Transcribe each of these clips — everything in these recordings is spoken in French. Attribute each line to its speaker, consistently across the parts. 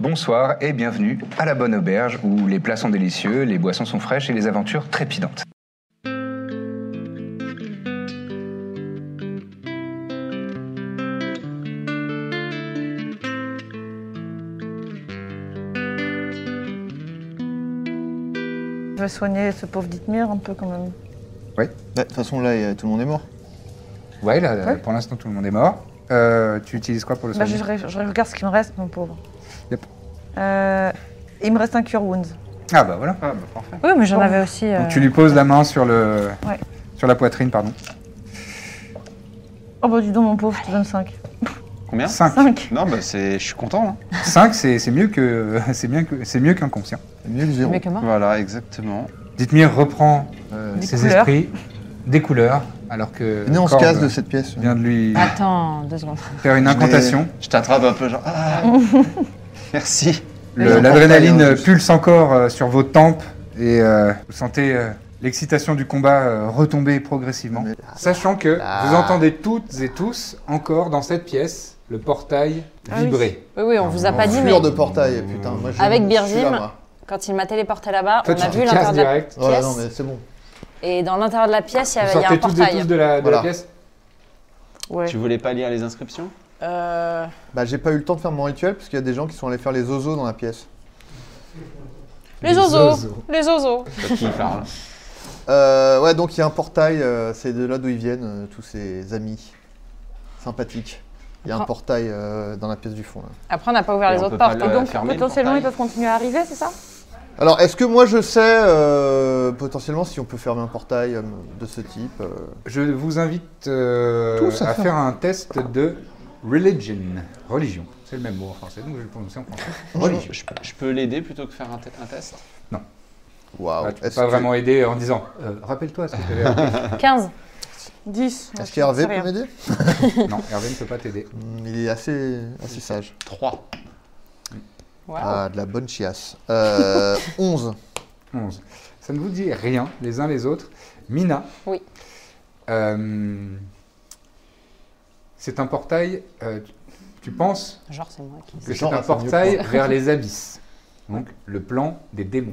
Speaker 1: Bonsoir et bienvenue à la Bonne Auberge où les plats sont délicieux, les boissons sont fraîches et les aventures trépidantes.
Speaker 2: Je vais soigner ce pauvre Dithmir un peu quand même.
Speaker 3: Bah, De toute façon, là, euh, tout le monde est mort.
Speaker 1: Ouais, là,
Speaker 2: Ouais.
Speaker 1: pour l'instant tout le monde est mort. Euh, tu utilises quoi pour le
Speaker 2: Bah,
Speaker 1: soigner
Speaker 2: je, ré- je regarde ce qui me reste, mon pauvre.
Speaker 1: Yep.
Speaker 2: Euh, il me reste Euh, un cure wounds.
Speaker 1: Ah bah voilà. Ah bah parfait.
Speaker 4: Oui, mais j'en
Speaker 2: Bon.
Speaker 4: avais aussi. euh,
Speaker 1: Donc tu lui poses la main sur le
Speaker 2: Ouais.
Speaker 1: sur la poitrine, pardon.
Speaker 2: Oh bah dis donc, mon pauvre, je te donne 5.
Speaker 5: Combien
Speaker 1: 5.
Speaker 2: 5
Speaker 5: Non, bah c'est, je suis content. hein.
Speaker 1: 5 c'est c'est mieux que c'est bien que c'est mieux qu'inconscient.
Speaker 3: C'est mieux que zéro.
Speaker 4: mieux que moi.
Speaker 5: Voilà, exactement.
Speaker 1: Dithmir reprend euh,
Speaker 2: Des
Speaker 1: ses
Speaker 2: couleurs.
Speaker 1: esprits des couleurs alors que
Speaker 3: Venez, on se
Speaker 1: Korb
Speaker 3: casse de cette pièce.
Speaker 1: vient de lui
Speaker 4: Attends, deux secondes.
Speaker 1: faire une
Speaker 3: Je vais-
Speaker 1: incantation.
Speaker 5: Je t'attrape un peu, genre. Ah, merci.
Speaker 3: Mais
Speaker 1: Le-
Speaker 3: j'en
Speaker 1: L'adrénaline
Speaker 3: porte pas, hein,
Speaker 1: euh,
Speaker 3: je-
Speaker 1: pulse encore euh, sur vos tempes et euh, vous sentez euh, l'excitation du combat euh, retomber progressivement.
Speaker 3: Mais-
Speaker 1: Sachant que vous entendez toutes et tous encore dans cette pièce le portail
Speaker 2: Ah oui.
Speaker 1: vibrer.
Speaker 4: Oui, oui, on vous a pas dit, mais
Speaker 3: Mur de portail, putain. Moi, je-
Speaker 4: Avec
Speaker 3: je suis
Speaker 4: Birzim,
Speaker 3: là, moi.
Speaker 4: quand il m'a téléporté là-bas,
Speaker 1: Toi,
Speaker 4: on a
Speaker 1: tu
Speaker 4: vu
Speaker 1: te casses
Speaker 4: l'intérieur de la
Speaker 1: direct.
Speaker 3: Voilà,
Speaker 4: pièce.
Speaker 3: non, mais c'est bon.
Speaker 4: Et dans l'intérieur de la pièce, il y
Speaker 1: Vous
Speaker 4: avait il y a un
Speaker 1: sortez toutes et
Speaker 4: portail.
Speaker 1: tous de la, de
Speaker 3: Voilà.
Speaker 1: la pièce.
Speaker 2: Ouais.
Speaker 5: Tu voulais pas lire les inscriptions
Speaker 4: Euh,
Speaker 3: Bah, j'ai pas eu le temps de faire mon rituel parce qu'il y a des gens qui sont allés faire les ozos dans la pièce.
Speaker 4: Les zozos Les zozos
Speaker 5: C'est Qui parle
Speaker 3: Euh, ouais, donc il y a un portail, euh, c'est de là d'où ils viennent, euh, tous ces amis sympathiques. Il y a un
Speaker 4: Attends.
Speaker 3: portail euh, dans la pièce du fond. là.
Speaker 4: Après, on n'a pas ouvert
Speaker 5: Et
Speaker 4: les
Speaker 5: on
Speaker 4: autres
Speaker 5: peut pas
Speaker 4: portes.
Speaker 5: le-
Speaker 4: Et donc,
Speaker 5: fermer, le
Speaker 4: potentiellement,
Speaker 5: portail.
Speaker 4: ils peuvent continuer à arriver, c'est ça
Speaker 3: Alors, est-ce que moi je sais euh, potentiellement si on peut fermer un portail euh, de ce type euh,
Speaker 1: Je vous invite euh,
Speaker 3: Tous à
Speaker 1: à
Speaker 3: faire-
Speaker 1: faire un test de religion. Religion. C'est le même mot en français, donc je vais le prononcer en français.
Speaker 5: je, je- je peux l'aider plutôt que faire un, te- un test
Speaker 3: Waouh.
Speaker 1: Bah, tu peux
Speaker 3: Est-ce
Speaker 1: pas
Speaker 3: que-
Speaker 1: vraiment aider en disant euh, Rappelle-toi ce que tu avais appris.
Speaker 4: 15.
Speaker 2: 10.
Speaker 3: Est-ce qu'Hervé peut m'aider
Speaker 1: non, Hervé ne peut pas t'aider.
Speaker 3: Hmm, Il est assez, assez sage.
Speaker 5: 3.
Speaker 4: Wow.
Speaker 3: Ah, de la bonne chiasse. Euh, 11.
Speaker 1: 11. Ça ne vous dit rien les uns les autres. Mina.
Speaker 4: Oui.
Speaker 1: Euh, c'est un portail. euh, tu- tu penses
Speaker 4: Genre, c'est moi qui.
Speaker 1: que c'est
Speaker 3: Genre,
Speaker 1: un
Speaker 3: c'est mieux
Speaker 1: portail
Speaker 3: pour
Speaker 1: vers les abysses. Donc le plan des démons.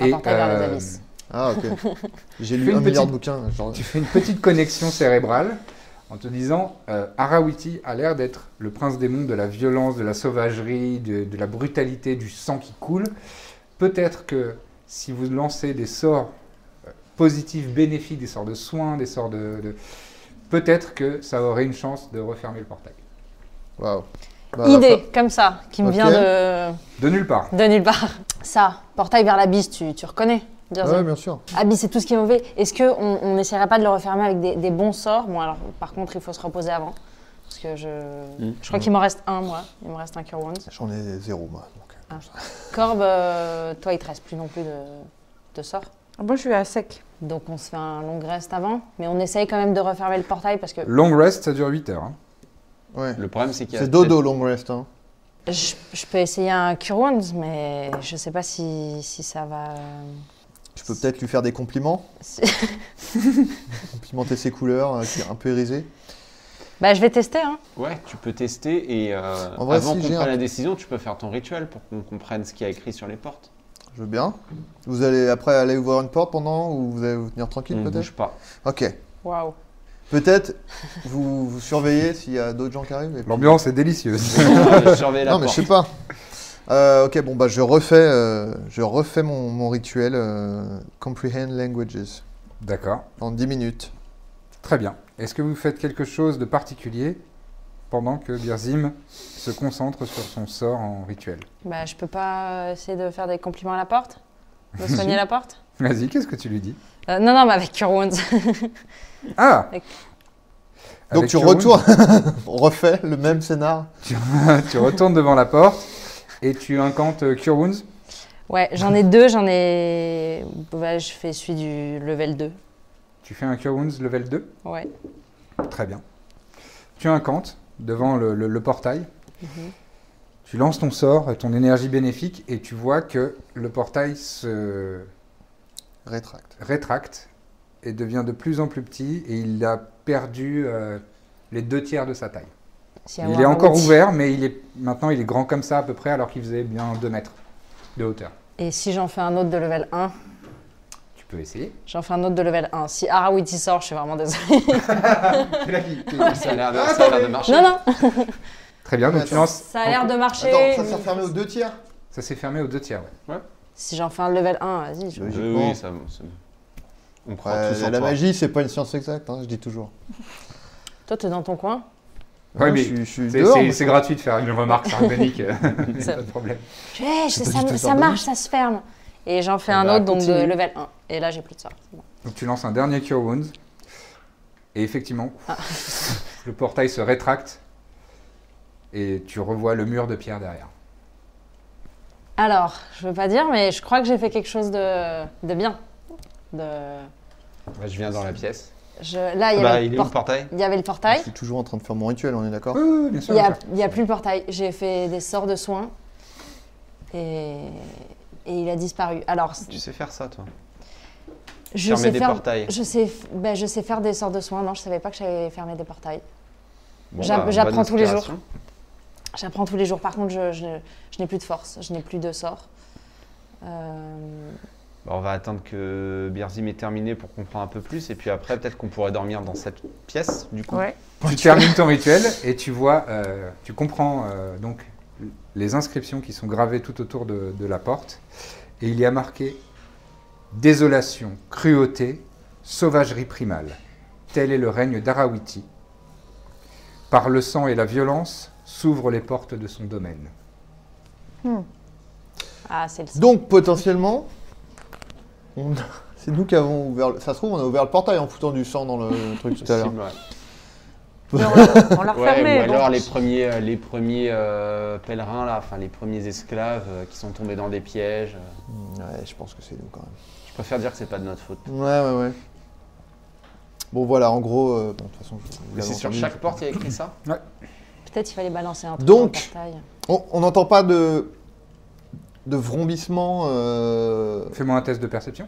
Speaker 4: C'est un
Speaker 1: Et,
Speaker 4: portail vers les
Speaker 1: euh,
Speaker 4: abysses.
Speaker 3: Ah, ok. J'ai
Speaker 1: Fais
Speaker 3: lu
Speaker 1: une
Speaker 3: un milliard de
Speaker 1: petite-
Speaker 3: bouquins. genre-
Speaker 1: Tu fais une petite connexion cérébrale en te disant euh, Harawiti a l'air d'être le prince démon de la violence, de la sauvagerie, de, de la brutalité, du sang qui coule. Peut-être que si vous lancez des sorts euh, positifs, bénéfiques, des sorts de soins, des sorts de. de- Peut-être que ça aurait une chance de refermer le portail.
Speaker 3: Waouh. Bah,
Speaker 4: Idée, comme ça, qui me
Speaker 3: Ok.
Speaker 4: vient de,
Speaker 1: De nulle part.
Speaker 4: de nulle part. Ça, portail vers l'abysse, tu, tu reconnais
Speaker 3: bah,
Speaker 4: Birzim
Speaker 3: Ouais, bien sûr.
Speaker 4: Abyss, c'est tout ce qui est mauvais. Est-ce qu'on on n'essaierait pas de le refermer avec des, des bons sorts Bon, alors, par contre, il faut se reposer avant. Parce que je. Hmm. Je crois qu'il m'en reste un, moi. Il me reste un Cure Wounds.
Speaker 3: J'en ai zéro, moi. donc.
Speaker 4: Corbe, euh, toi, il te reste plus non plus de, de sorts.
Speaker 2: Ah, Moi, je suis à sec.
Speaker 4: Donc, on se fait un long rest avant. Mais on essaye quand même de refermer le portail parce que
Speaker 1: Long rest, ça dure 8 heures. hein.
Speaker 3: Ouais.
Speaker 5: Le problème, c'est qu'il y a.
Speaker 3: euh. C'est dodo, long rest. Hein.
Speaker 4: je, je peux essayer un Cure Wounds, mais je sais pas si, si ça va.
Speaker 3: Je peux peut-être lui faire des compliments.
Speaker 4: si-
Speaker 3: Complimenter ses couleurs, euh, qui est un peu irisé.
Speaker 4: bah, je vais tester, hein.
Speaker 5: Ouais, tu peux tester et euh,
Speaker 3: En vrai,
Speaker 5: avant
Speaker 3: si,
Speaker 5: qu'on
Speaker 3: j'ai
Speaker 5: prenne
Speaker 3: un-
Speaker 5: la décision, tu peux faire ton rituel pour qu'on comprenne ce qu'il y a écrit sur les portes.
Speaker 3: Je veux bien. Vous allez après aller ouvrir une porte pendant ou vous allez vous tenir tranquille
Speaker 5: On
Speaker 3: peut-être
Speaker 5: bouge pas.
Speaker 3: Ok.
Speaker 4: Waouh.
Speaker 3: Peut-être vous, vous surveillez s'il y a d'autres gens qui arrivent. et puis-
Speaker 1: L'ambiance est délicieuse.
Speaker 5: Je surveille la
Speaker 3: Non, mais je
Speaker 5: porte.
Speaker 3: sais pas. Euh, ok, bon, bah je refais, euh, je refais mon, mon rituel euh, Comprehend Languages
Speaker 1: D'accord.
Speaker 3: en 10 minutes.
Speaker 1: Très bien. Est-ce que vous faites quelque chose de particulier pendant que Birzim se concentre sur son sort en rituel
Speaker 4: Bah, je peux pas essayer de faire des compliments à la porte De soigner la porte
Speaker 1: Vas-y, qu'est-ce que tu lui dis
Speaker 4: Euh, Non, non, mais avec Cure Wounds.
Speaker 1: Ah
Speaker 4: Avec-
Speaker 3: Donc
Speaker 1: Avec
Speaker 3: tu
Speaker 1: Jurund,
Speaker 3: retournes, on refait le même scénar.
Speaker 1: Tu, tu retournes devant la porte et tu incantes euh, Cure Wounds.
Speaker 4: Ouais, j'en ai deux, j'en ai. Bah, je fais celui du level 2.
Speaker 1: Tu fais un Cure Wounds level 2.
Speaker 4: Ouais.
Speaker 1: Très bien. Tu incantes devant le, le- le portail.
Speaker 4: Mhm.
Speaker 1: Tu lances ton sort, ton énergie bénéfique, et tu vois que le portail se
Speaker 3: Rétracte.
Speaker 1: rétracte et devient de plus en plus petit, et il a perdu euh, les deux tiers de sa taille.
Speaker 4: S'il y a
Speaker 1: il
Speaker 4: un
Speaker 1: est encore
Speaker 4: outil.
Speaker 1: ouvert, mais il est maintenant il est grand comme ça à peu près, alors qu'il faisait bien 2 mètres de hauteur.
Speaker 4: Et si j'en fais un autre de level 1
Speaker 1: Tu peux essayer.
Speaker 4: J'en fais un autre de level 1. Si Harawiti sort, je suis vraiment désolée.
Speaker 3: Ah,
Speaker 5: Ça a l'air de, ça a l'air de marcher.
Speaker 4: non, non
Speaker 1: Très bien, donc tu
Speaker 3: Attends.
Speaker 1: lances.
Speaker 4: Ça a l'air de marcher.
Speaker 3: Attends, ça s'est refermé aux deux tiers
Speaker 1: Ça s'est fermé aux deux tiers. ouais.
Speaker 4: Si j'en fais un de level 1, vas-y. je-
Speaker 5: Oui,
Speaker 3: Logiquement.
Speaker 5: oui, ça, c'est bon. On croit
Speaker 3: Euh,
Speaker 5: tous en
Speaker 3: la
Speaker 5: toi.
Speaker 3: magie, c'est pas une science exacte, hein, je dis toujours.
Speaker 4: Toi, t'es dans ton coin
Speaker 1: Ouais,
Speaker 3: Non,
Speaker 1: mais
Speaker 3: je, suis- je suis
Speaker 1: C'est-
Speaker 3: dehors.
Speaker 1: C'est c'est gratuit de faire une remarque sardonique.
Speaker 4: Ça-
Speaker 1: pas de problème.
Speaker 4: Je fais, Eh,
Speaker 3: C'est
Speaker 4: ça,
Speaker 3: pas du tout
Speaker 4: ça
Speaker 3: sardonique.
Speaker 4: marche, ça se ferme. Et j'en fais
Speaker 1: Eh
Speaker 4: un
Speaker 1: bah,
Speaker 4: autre, donc de
Speaker 1: continue.
Speaker 4: level 1. Et là, j'ai plus de sort. C'est bon.
Speaker 1: Donc tu lances un dernier Cure Wounds. Et effectivement,
Speaker 4: Ah.
Speaker 1: le portail se rétracte. Et tu revois le mur de pierre derrière.
Speaker 4: Alors, je veux pas dire, mais je crois que j'ai fait quelque chose de, de bien. De...
Speaker 5: Bah, je viens dans la pièce.
Speaker 4: Je... Là, il y,
Speaker 5: Bah,
Speaker 4: avait
Speaker 5: il
Speaker 4: le
Speaker 5: est où
Speaker 4: por-
Speaker 5: le portail
Speaker 4: il y avait le portail.
Speaker 3: Je suis toujours en train de faire mon rituel, on est d'accord
Speaker 1: Oui, oui, oui, bien sûr.
Speaker 4: Il n'y
Speaker 1: bien
Speaker 4: a,
Speaker 1: sûr.
Speaker 4: il y a plus le portail. J'ai fait des sorts de soins. Et, et il a disparu. Alors,
Speaker 5: Tu sais faire ça, toi
Speaker 4: je
Speaker 5: fermer
Speaker 4: sais,
Speaker 5: des
Speaker 4: faire,
Speaker 5: portails.
Speaker 4: je, sais, f- ben, je sais faire des sorts de soins. Non, je savais pas que j'avais fermé des portails.
Speaker 5: Bon,
Speaker 4: J'app-
Speaker 3: bah,
Speaker 5: bonne
Speaker 4: j'apprends tous les jours.
Speaker 5: inspiration.
Speaker 4: J'apprends tous les jours. Par contre, je, je- je n'ai plus de force. Je n'ai plus de sorts. Euh,
Speaker 5: Bah, on va attendre que Birzim ait terminé pour comprendre un peu plus. Et puis après, peut-être qu'on pourrait dormir dans cette pièce, du coup.
Speaker 2: Ouais.
Speaker 1: Tu termines ton rituel et tu vois, euh, tu comprends euh, donc les inscriptions qui sont gravées tout autour de, de la porte. Et il y a marqué Désolation, cruauté, sauvagerie primale. Tel est le règne d'Arawiti. Par le sang et la violence s'ouvrent les portes de son domaine.
Speaker 4: Ah, c'est le sort.
Speaker 3: Donc potentiellement, on- c'est nous qui avons ouvert. le- Ça se trouve, on a ouvert le portail en foutant du sang dans le truc tout à l'heure.
Speaker 5: Possible, ouais.
Speaker 2: Mais on l'a- on l'a
Speaker 5: Ouais,
Speaker 2: refermé.
Speaker 5: ou
Speaker 2: donc.
Speaker 5: alors les premiers, euh, les premiers euh, pèlerins, là, enfin les premiers esclaves euh, qui sont tombés dans des pièges. euh.
Speaker 3: Ouais, je pense que c'est nous quand même.
Speaker 5: Je préfère dire que c'est pas de notre faute.
Speaker 3: Ouais, ouais, ouais. Bon, voilà, en gros, euh, bon, de toute façon, je vous
Speaker 5: Mais
Speaker 3: l'avais
Speaker 5: c'est sur
Speaker 3: entendu.
Speaker 5: chaque porte, il y a écrit ça
Speaker 4: Peut-être il fallait balancer un truc
Speaker 3: Donc-
Speaker 4: dans le portail.
Speaker 3: On on n'entend pas de. de vrombissement. euh,
Speaker 1: Fais-moi un test de perception.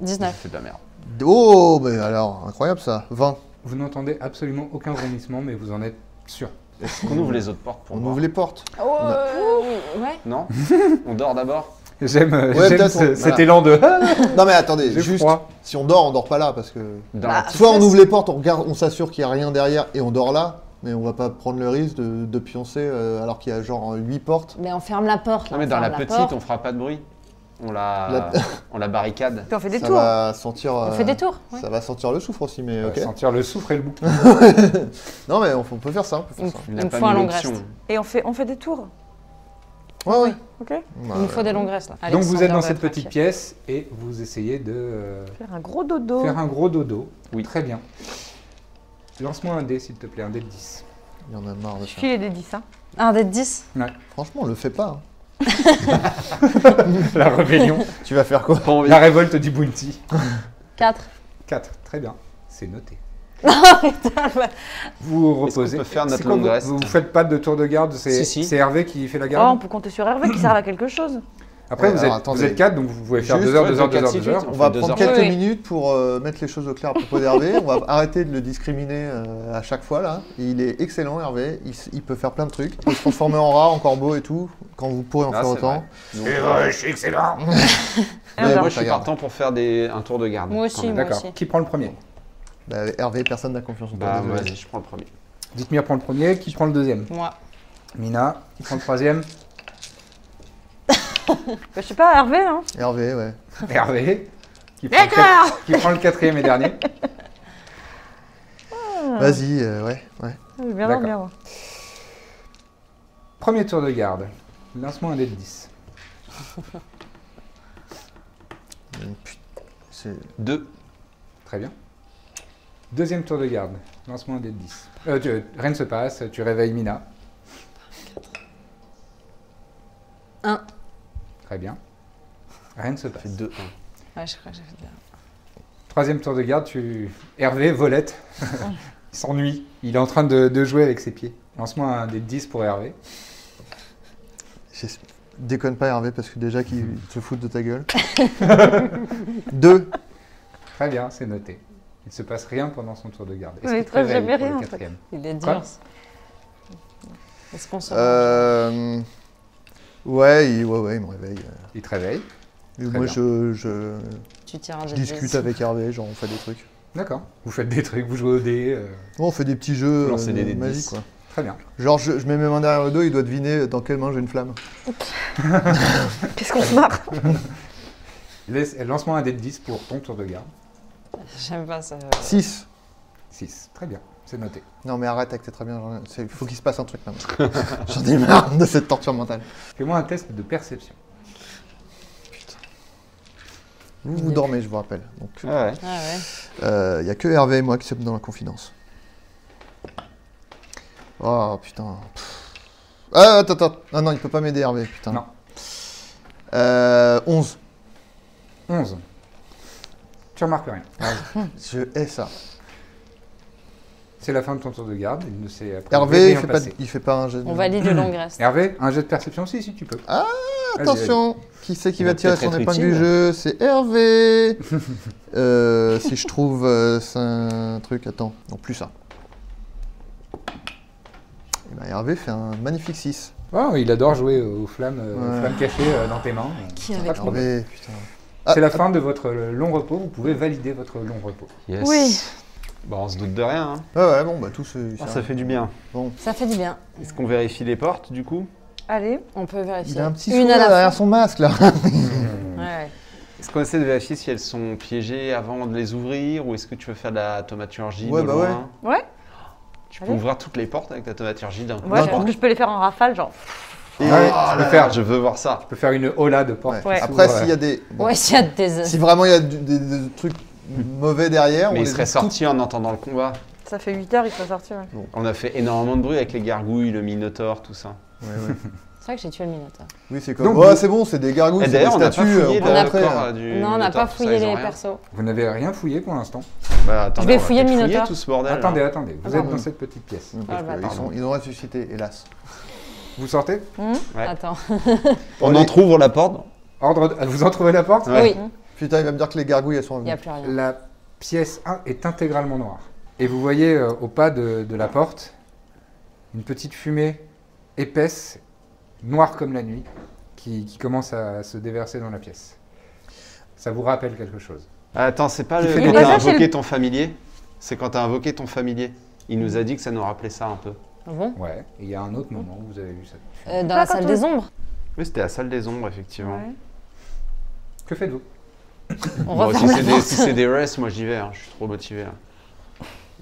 Speaker 4: 19.
Speaker 5: C'est de la merde.
Speaker 3: Oh, mais alors, incroyable ça. 20.
Speaker 1: Vous n'entendez absolument aucun vomissement, mais vous en êtes sûr.
Speaker 5: Est-ce qu'on ouvre les autres portes pour
Speaker 3: On
Speaker 5: voir
Speaker 3: ouvre les portes.
Speaker 4: Bah. ouais.
Speaker 5: Non On dort d'abord
Speaker 1: J'aime euh,
Speaker 3: Ouais,
Speaker 1: j'aime
Speaker 3: peut-être
Speaker 1: ce-
Speaker 3: on-
Speaker 1: cet
Speaker 3: voilà.
Speaker 1: élan de.
Speaker 3: Non, mais attendez,
Speaker 1: J'ai
Speaker 3: juste.
Speaker 1: froid.
Speaker 3: Si on dort, on dort pas là parce que.
Speaker 5: Dans
Speaker 4: Bah,
Speaker 5: la petite-
Speaker 3: Soit on ouvre les portes, on regarde, on s'assure qu'il n'y a rien derrière et on dort là, mais on va pas prendre le risque de, de pioncer euh, alors qu'il y a genre 8 portes.
Speaker 4: Mais Ben, on ferme la porte.
Speaker 5: Non,
Speaker 4: là,
Speaker 5: mais
Speaker 4: on
Speaker 5: dans la
Speaker 4: ferme
Speaker 5: petite,
Speaker 4: porte.
Speaker 5: on fera pas de bruit. On la,
Speaker 3: La-
Speaker 5: on la barricade.
Speaker 2: Puis on fait des
Speaker 3: ça
Speaker 2: tours.
Speaker 3: va sentir.
Speaker 4: On
Speaker 3: euh,
Speaker 4: fait des tours. ouais.
Speaker 3: Ça va sentir le soufre aussi, mais ok.
Speaker 1: Sentir le souffle et le bout.
Speaker 3: Non, mais on, on peut faire ça. On peut faire
Speaker 4: Il me
Speaker 3: ça.
Speaker 4: faut-
Speaker 5: On
Speaker 4: il
Speaker 5: n'a
Speaker 4: me
Speaker 5: pas
Speaker 4: faut un
Speaker 5: mis
Speaker 4: long
Speaker 5: l'option.
Speaker 4: reste.
Speaker 2: Et on fait, on fait des tours.
Speaker 3: Ouais, ouais.
Speaker 2: Ok
Speaker 3: Ouais,
Speaker 4: Il nous faut
Speaker 3: ouais.
Speaker 4: des longues restes. là.
Speaker 1: Donc vous êtes
Speaker 4: Alexander
Speaker 1: dans
Speaker 4: va
Speaker 1: cette
Speaker 4: être
Speaker 1: petite
Speaker 4: inquiet.
Speaker 1: pièce et vous essayez de euh,
Speaker 2: Faire un gros dodo.
Speaker 1: faire un gros dodo.
Speaker 5: Oui.
Speaker 1: Très bien. Lance-moi un dé, s'il te plaît, un dé de 10.
Speaker 3: Il y en a marre de
Speaker 2: Je
Speaker 3: ça.
Speaker 2: file des 10. Hein.
Speaker 4: Un des 10
Speaker 3: Franchement, le fais pas. hein.
Speaker 1: La rébellion,
Speaker 3: Tu vas faire quoi
Speaker 5: Pas envie.
Speaker 1: la révolte du Bounty.
Speaker 4: 4.
Speaker 1: 4. Très bien. C'est noté.
Speaker 4: Putain,
Speaker 1: Vous vous
Speaker 5: Est-ce qu'on
Speaker 1: reposez.
Speaker 5: peut faire
Speaker 1: C'est
Speaker 5: notre
Speaker 1: quoi,
Speaker 5: longue
Speaker 1: vous-
Speaker 5: rest
Speaker 1: Vous ne faites pas de tour de garde, c'est
Speaker 5: Si, si.
Speaker 1: c'est Hervé qui fait la
Speaker 2: Oh,
Speaker 1: garde.
Speaker 2: on peut compter sur Hervé qui sert à quelque chose.
Speaker 1: Après,
Speaker 3: Ouais,
Speaker 1: vous
Speaker 3: alors,
Speaker 1: êtes, vous
Speaker 3: attendez.
Speaker 1: êtes 4, donc vous pouvez faire
Speaker 3: Juste,
Speaker 1: 2 heures,
Speaker 5: ouais,
Speaker 1: 2 heures,
Speaker 5: de
Speaker 1: 2
Speaker 5: quatre,
Speaker 1: heures,
Speaker 5: six,
Speaker 1: 2 heures.
Speaker 5: huit.
Speaker 3: On
Speaker 5: On
Speaker 3: va
Speaker 5: fait deux
Speaker 3: prendre
Speaker 5: heures.
Speaker 3: quelques
Speaker 4: Oui, oui.
Speaker 3: minutes pour euh, mettre les choses au clair à propos d'Hervé. on va arrêter de le discriminer euh, à chaque fois là. Il est excellent Hervé, il, s- il peut faire plein de trucs. Il peut se transformer en rat, en corbeau et tout, quand vous pourrez en
Speaker 5: Ah,
Speaker 3: faire
Speaker 5: c'est
Speaker 3: autant.
Speaker 5: vrai. Donc,
Speaker 2: Et on
Speaker 5: mais
Speaker 2: dort.
Speaker 5: moi, je suis
Speaker 3: Regarde.
Speaker 5: partant pour faire des, un tour de garde.
Speaker 4: Moi
Speaker 5: quand
Speaker 4: aussi,
Speaker 5: même.
Speaker 4: moi
Speaker 1: D'accord.
Speaker 4: aussi.
Speaker 1: Qui prend le premier
Speaker 3: Bah, Hervé, personne n'a confiance en toi.
Speaker 5: Bah,
Speaker 3: désolé.
Speaker 5: vas-y, je prends le premier.
Speaker 1: Dites-moi, prend le premier. Qui prend le deuxième
Speaker 4: Moi.
Speaker 1: Mina. Qui prend le troisième
Speaker 2: Bah, je sais pas, Hervé. Hein.
Speaker 3: Hervé, ouais.
Speaker 1: Hervé. Qui prend, le quat- qui prend le quatrième et dernier
Speaker 4: Ah.
Speaker 3: Vas-y, euh, ouais, ouais.
Speaker 2: Je vais bien
Speaker 1: D'accord.
Speaker 2: dormir, moi.
Speaker 1: Premier tour de garde. Lance-moi un dé de 10.
Speaker 3: Hum, put- C'est
Speaker 5: Deux.
Speaker 1: Très bien. Deuxième tour de garde. Lance-moi un dé de 10. Euh, tu- rien ne se passe, tu réveilles Mina.
Speaker 4: Un.
Speaker 1: Très bien. Rien ne se passe.
Speaker 5: Fait 2-1.
Speaker 4: Ouais, je crois que j'ai fait de la-
Speaker 1: Troisième tour de garde, tu... Hervé, volette. il s'ennuie. Il est en train de, de jouer avec ses pieds. Lance-moi un dé de 10 pour Hervé.
Speaker 3: J'es- Déconne pas Hervé parce que déjà qu'ils se foutent de ta gueule. Deux.
Speaker 1: Très bien, c'est noté. Il ne se passe rien pendant son tour de garde. Est-ce
Speaker 4: Mais
Speaker 1: qu'il te
Speaker 4: toi,
Speaker 1: réveille
Speaker 4: j'avais
Speaker 1: pour le
Speaker 4: rien, en fait.
Speaker 1: quatrième
Speaker 4: Il est
Speaker 1: Quoi
Speaker 4: dur. ça. Les sponsors.
Speaker 3: Euh, ouais, il, ouais, ouais, il me réveille.
Speaker 1: Il te réveille.
Speaker 3: Et
Speaker 1: Très
Speaker 3: moi,
Speaker 1: bien.
Speaker 3: je, je,
Speaker 4: Tu tires un
Speaker 3: je
Speaker 4: jet de
Speaker 3: discute
Speaker 4: dix.
Speaker 3: avec Hervé, genre on fait des trucs.
Speaker 1: D'accord. Vous faites des trucs, vous jouez au dé. euh,
Speaker 3: On fait des petits jeux
Speaker 5: Lancer
Speaker 3: euh,
Speaker 5: des dés de
Speaker 3: magiques,
Speaker 5: 10.
Speaker 3: quoi.
Speaker 1: Très bien.
Speaker 3: Genre, je, je mets mes mains derrière le dos, il doit deviner dans quelle main j'ai une flamme.
Speaker 2: Qu'est-ce qu'on se marre
Speaker 1: Laisse- Lance-moi un dé de 10 pour ton tour de garde.
Speaker 4: J'aime pas ça.
Speaker 3: 6.
Speaker 1: 6. Très bien, c'est noté.
Speaker 3: Non, mais arrête avec tes très bien. j'en ai- c'est- Faut qu'il se passe un truc maintenant. J'en ai marre de cette torture mentale.
Speaker 1: Fais-moi un test de perception.
Speaker 3: Vous, vous dormez, je vous rappelle. Donc, il
Speaker 5: Ah ouais.
Speaker 4: Ah ouais.
Speaker 3: n'y a que Hervé et moi qui sommes dans la confidence. Oh putain. Pff. Ah, attends, attends. Non, non, il peut pas m'aider, Hervé, putain.
Speaker 1: Non.
Speaker 3: Euh, 11.
Speaker 1: 11. Tu remarques rien.
Speaker 3: Je hais ça.
Speaker 1: C'est la fin de ton tour de garde. Il ne s'est a priori
Speaker 3: Hervé, il
Speaker 1: rien
Speaker 3: fait, pas,
Speaker 1: passé.
Speaker 3: il fait pas un jeu de.
Speaker 4: On valide le long reste.
Speaker 1: Hervé, un jet de perception si, si tu peux.
Speaker 3: Ah,
Speaker 1: Vas-y,
Speaker 3: Attention Qui c'est qui
Speaker 5: Il
Speaker 3: va
Speaker 5: va
Speaker 3: tirer
Speaker 5: peut-être
Speaker 3: son
Speaker 5: être
Speaker 3: épingle du
Speaker 5: utile.
Speaker 3: jeu C'est Hervé Euh, Si je trouve euh, c'est un truc, attends, non plus ça. Eh ben, Hervé fait un magnifique 6.
Speaker 1: vas-y. Oh, il adore jouer aux flammes, euh, aux
Speaker 3: Ouais.
Speaker 1: flammes cachées euh, dans tes mains.
Speaker 4: Qui
Speaker 1: Pas
Speaker 4: avec
Speaker 1: de problème.
Speaker 3: Hervé, putain. Ah,
Speaker 1: C'est la fin de votre euh, long repos. Vous pouvez valider votre long repos.
Speaker 5: Yes.
Speaker 4: Oui.
Speaker 5: Bon, on se doute de rien. hein.
Speaker 3: Ouais, ouais, bon, bah tout se.
Speaker 5: Ah, ça fait du bien.
Speaker 4: Ça fait du bien.
Speaker 5: Est-ce qu'on vérifie les portes du coup
Speaker 2: Allez,
Speaker 4: On peut vérifier.
Speaker 3: Il a un petit
Speaker 4: Une
Speaker 3: sourire
Speaker 4: à la
Speaker 3: derrière son masque là. Ah
Speaker 4: Ouais, ouais.
Speaker 5: Est-ce qu'on essaie de vérifier si elles sont piégées avant de les ouvrir ou est-ce que tu veux faire de la tomaturgie
Speaker 3: Ouais,
Speaker 5: de
Speaker 3: bah
Speaker 5: loin
Speaker 2: ouais.
Speaker 5: Tu peux
Speaker 2: Allez.
Speaker 5: ouvrir toutes les portes avec ta tomaturgie d'un coup.
Speaker 2: moi je pense que je peux les faire en rafale, genre.
Speaker 5: Et
Speaker 1: Ouais, tu
Speaker 5: Ah
Speaker 1: peux
Speaker 5: là
Speaker 1: faire-
Speaker 5: là, je veux voir ça.
Speaker 1: Tu peux faire une hola de
Speaker 3: Ouais.
Speaker 1: porte.
Speaker 2: Ouais.
Speaker 3: Après,
Speaker 1: oh Ouais.
Speaker 3: s'il y a des. bon,
Speaker 4: Ouais, s'il y a des.
Speaker 3: Si vraiment il y a du- des, des trucs mauvais derrière,
Speaker 5: Mais
Speaker 3: on
Speaker 5: il
Speaker 3: les
Speaker 5: serait sorti en entendant le combat.
Speaker 2: Ça fait 8 heures, il faut sortir. ouais.
Speaker 5: On a fait énormément de bruit avec les gargouilles, le minotaure, tout ça.
Speaker 3: Ouais, ouais.
Speaker 4: C'est vrai que j'ai tué le Minotaure.
Speaker 3: Oui, c'est comme.
Speaker 1: Donc,
Speaker 3: ouais,
Speaker 1: vous-
Speaker 3: c'est bon, c'est des gargouilles,
Speaker 5: Et
Speaker 3: c'est des
Speaker 5: d'ailleurs, on n'a pas
Speaker 3: statues.
Speaker 5: fouillé
Speaker 3: peut
Speaker 4: le
Speaker 5: le
Speaker 3: rentrer,
Speaker 5: corps
Speaker 3: hein.
Speaker 5: euh, du
Speaker 4: non, on n'a
Speaker 5: minotaure,
Speaker 4: pas
Speaker 5: tout ça,
Speaker 4: fouillé
Speaker 5: ils ont
Speaker 4: les
Speaker 5: rien.
Speaker 4: persos.
Speaker 1: Vous n'avez rien fouillé pour l'instant.
Speaker 5: Bah, attendez,
Speaker 4: vais
Speaker 5: on va
Speaker 4: fouiller le
Speaker 5: peut-être
Speaker 4: minotaure.
Speaker 5: tout ce bordel.
Speaker 1: Attendez, attendez. Vous
Speaker 4: Ah,
Speaker 1: êtes dans
Speaker 5: pardon.
Speaker 1: cette petite pièce.
Speaker 3: Oui, parce
Speaker 4: Ah, bah,
Speaker 3: que ils,
Speaker 4: pardon.
Speaker 3: sont- ils ont ressuscité, hélas.
Speaker 1: Vous sortez
Speaker 5: Ouais.
Speaker 4: Attends.
Speaker 5: On entre ouvre la porte.
Speaker 1: Ordre. de- Vous en trouvez la porte
Speaker 5: Ouais.
Speaker 4: Oui,
Speaker 3: Putain, il va me dire que les gargouilles, elles sont
Speaker 4: il
Speaker 3: venues.
Speaker 4: n'y a plus rien.
Speaker 1: La pièce in- est intégralement noire. Et vous voyez euh, au pas de, de la porte une petite fumée épaisse, noire comme la nuit, qui, qui commence à se déverser dans la pièce. Ça vous rappelle quelque chose.
Speaker 5: Ah, Attends, c'est pas
Speaker 1: Il
Speaker 5: le...
Speaker 1: fait
Speaker 5: quand
Speaker 2: des
Speaker 5: t'as
Speaker 2: passages, c'est
Speaker 5: invoqué
Speaker 2: le-
Speaker 5: ton familier C'est quand t'as invoqué ton familier. Il nous a dit que ça nous rappelait ça un peu.
Speaker 4: Ah Bon.
Speaker 1: Ouais. Et il y a un autre moment où vous avez vu ça.
Speaker 4: Euh, dans
Speaker 2: Ah,
Speaker 4: la
Speaker 2: quand
Speaker 4: salle
Speaker 2: on-
Speaker 4: des ombres,
Speaker 5: Oui, c'était la salle des ombres, effectivement.
Speaker 2: Ouais.
Speaker 1: Que faites-vous
Speaker 4: on
Speaker 5: Bon, si
Speaker 4: referme
Speaker 5: c'est
Speaker 4: la
Speaker 5: des,
Speaker 4: porte.
Speaker 5: si c'est des restes, moi j'y vais, hein, je suis trop motivé. là.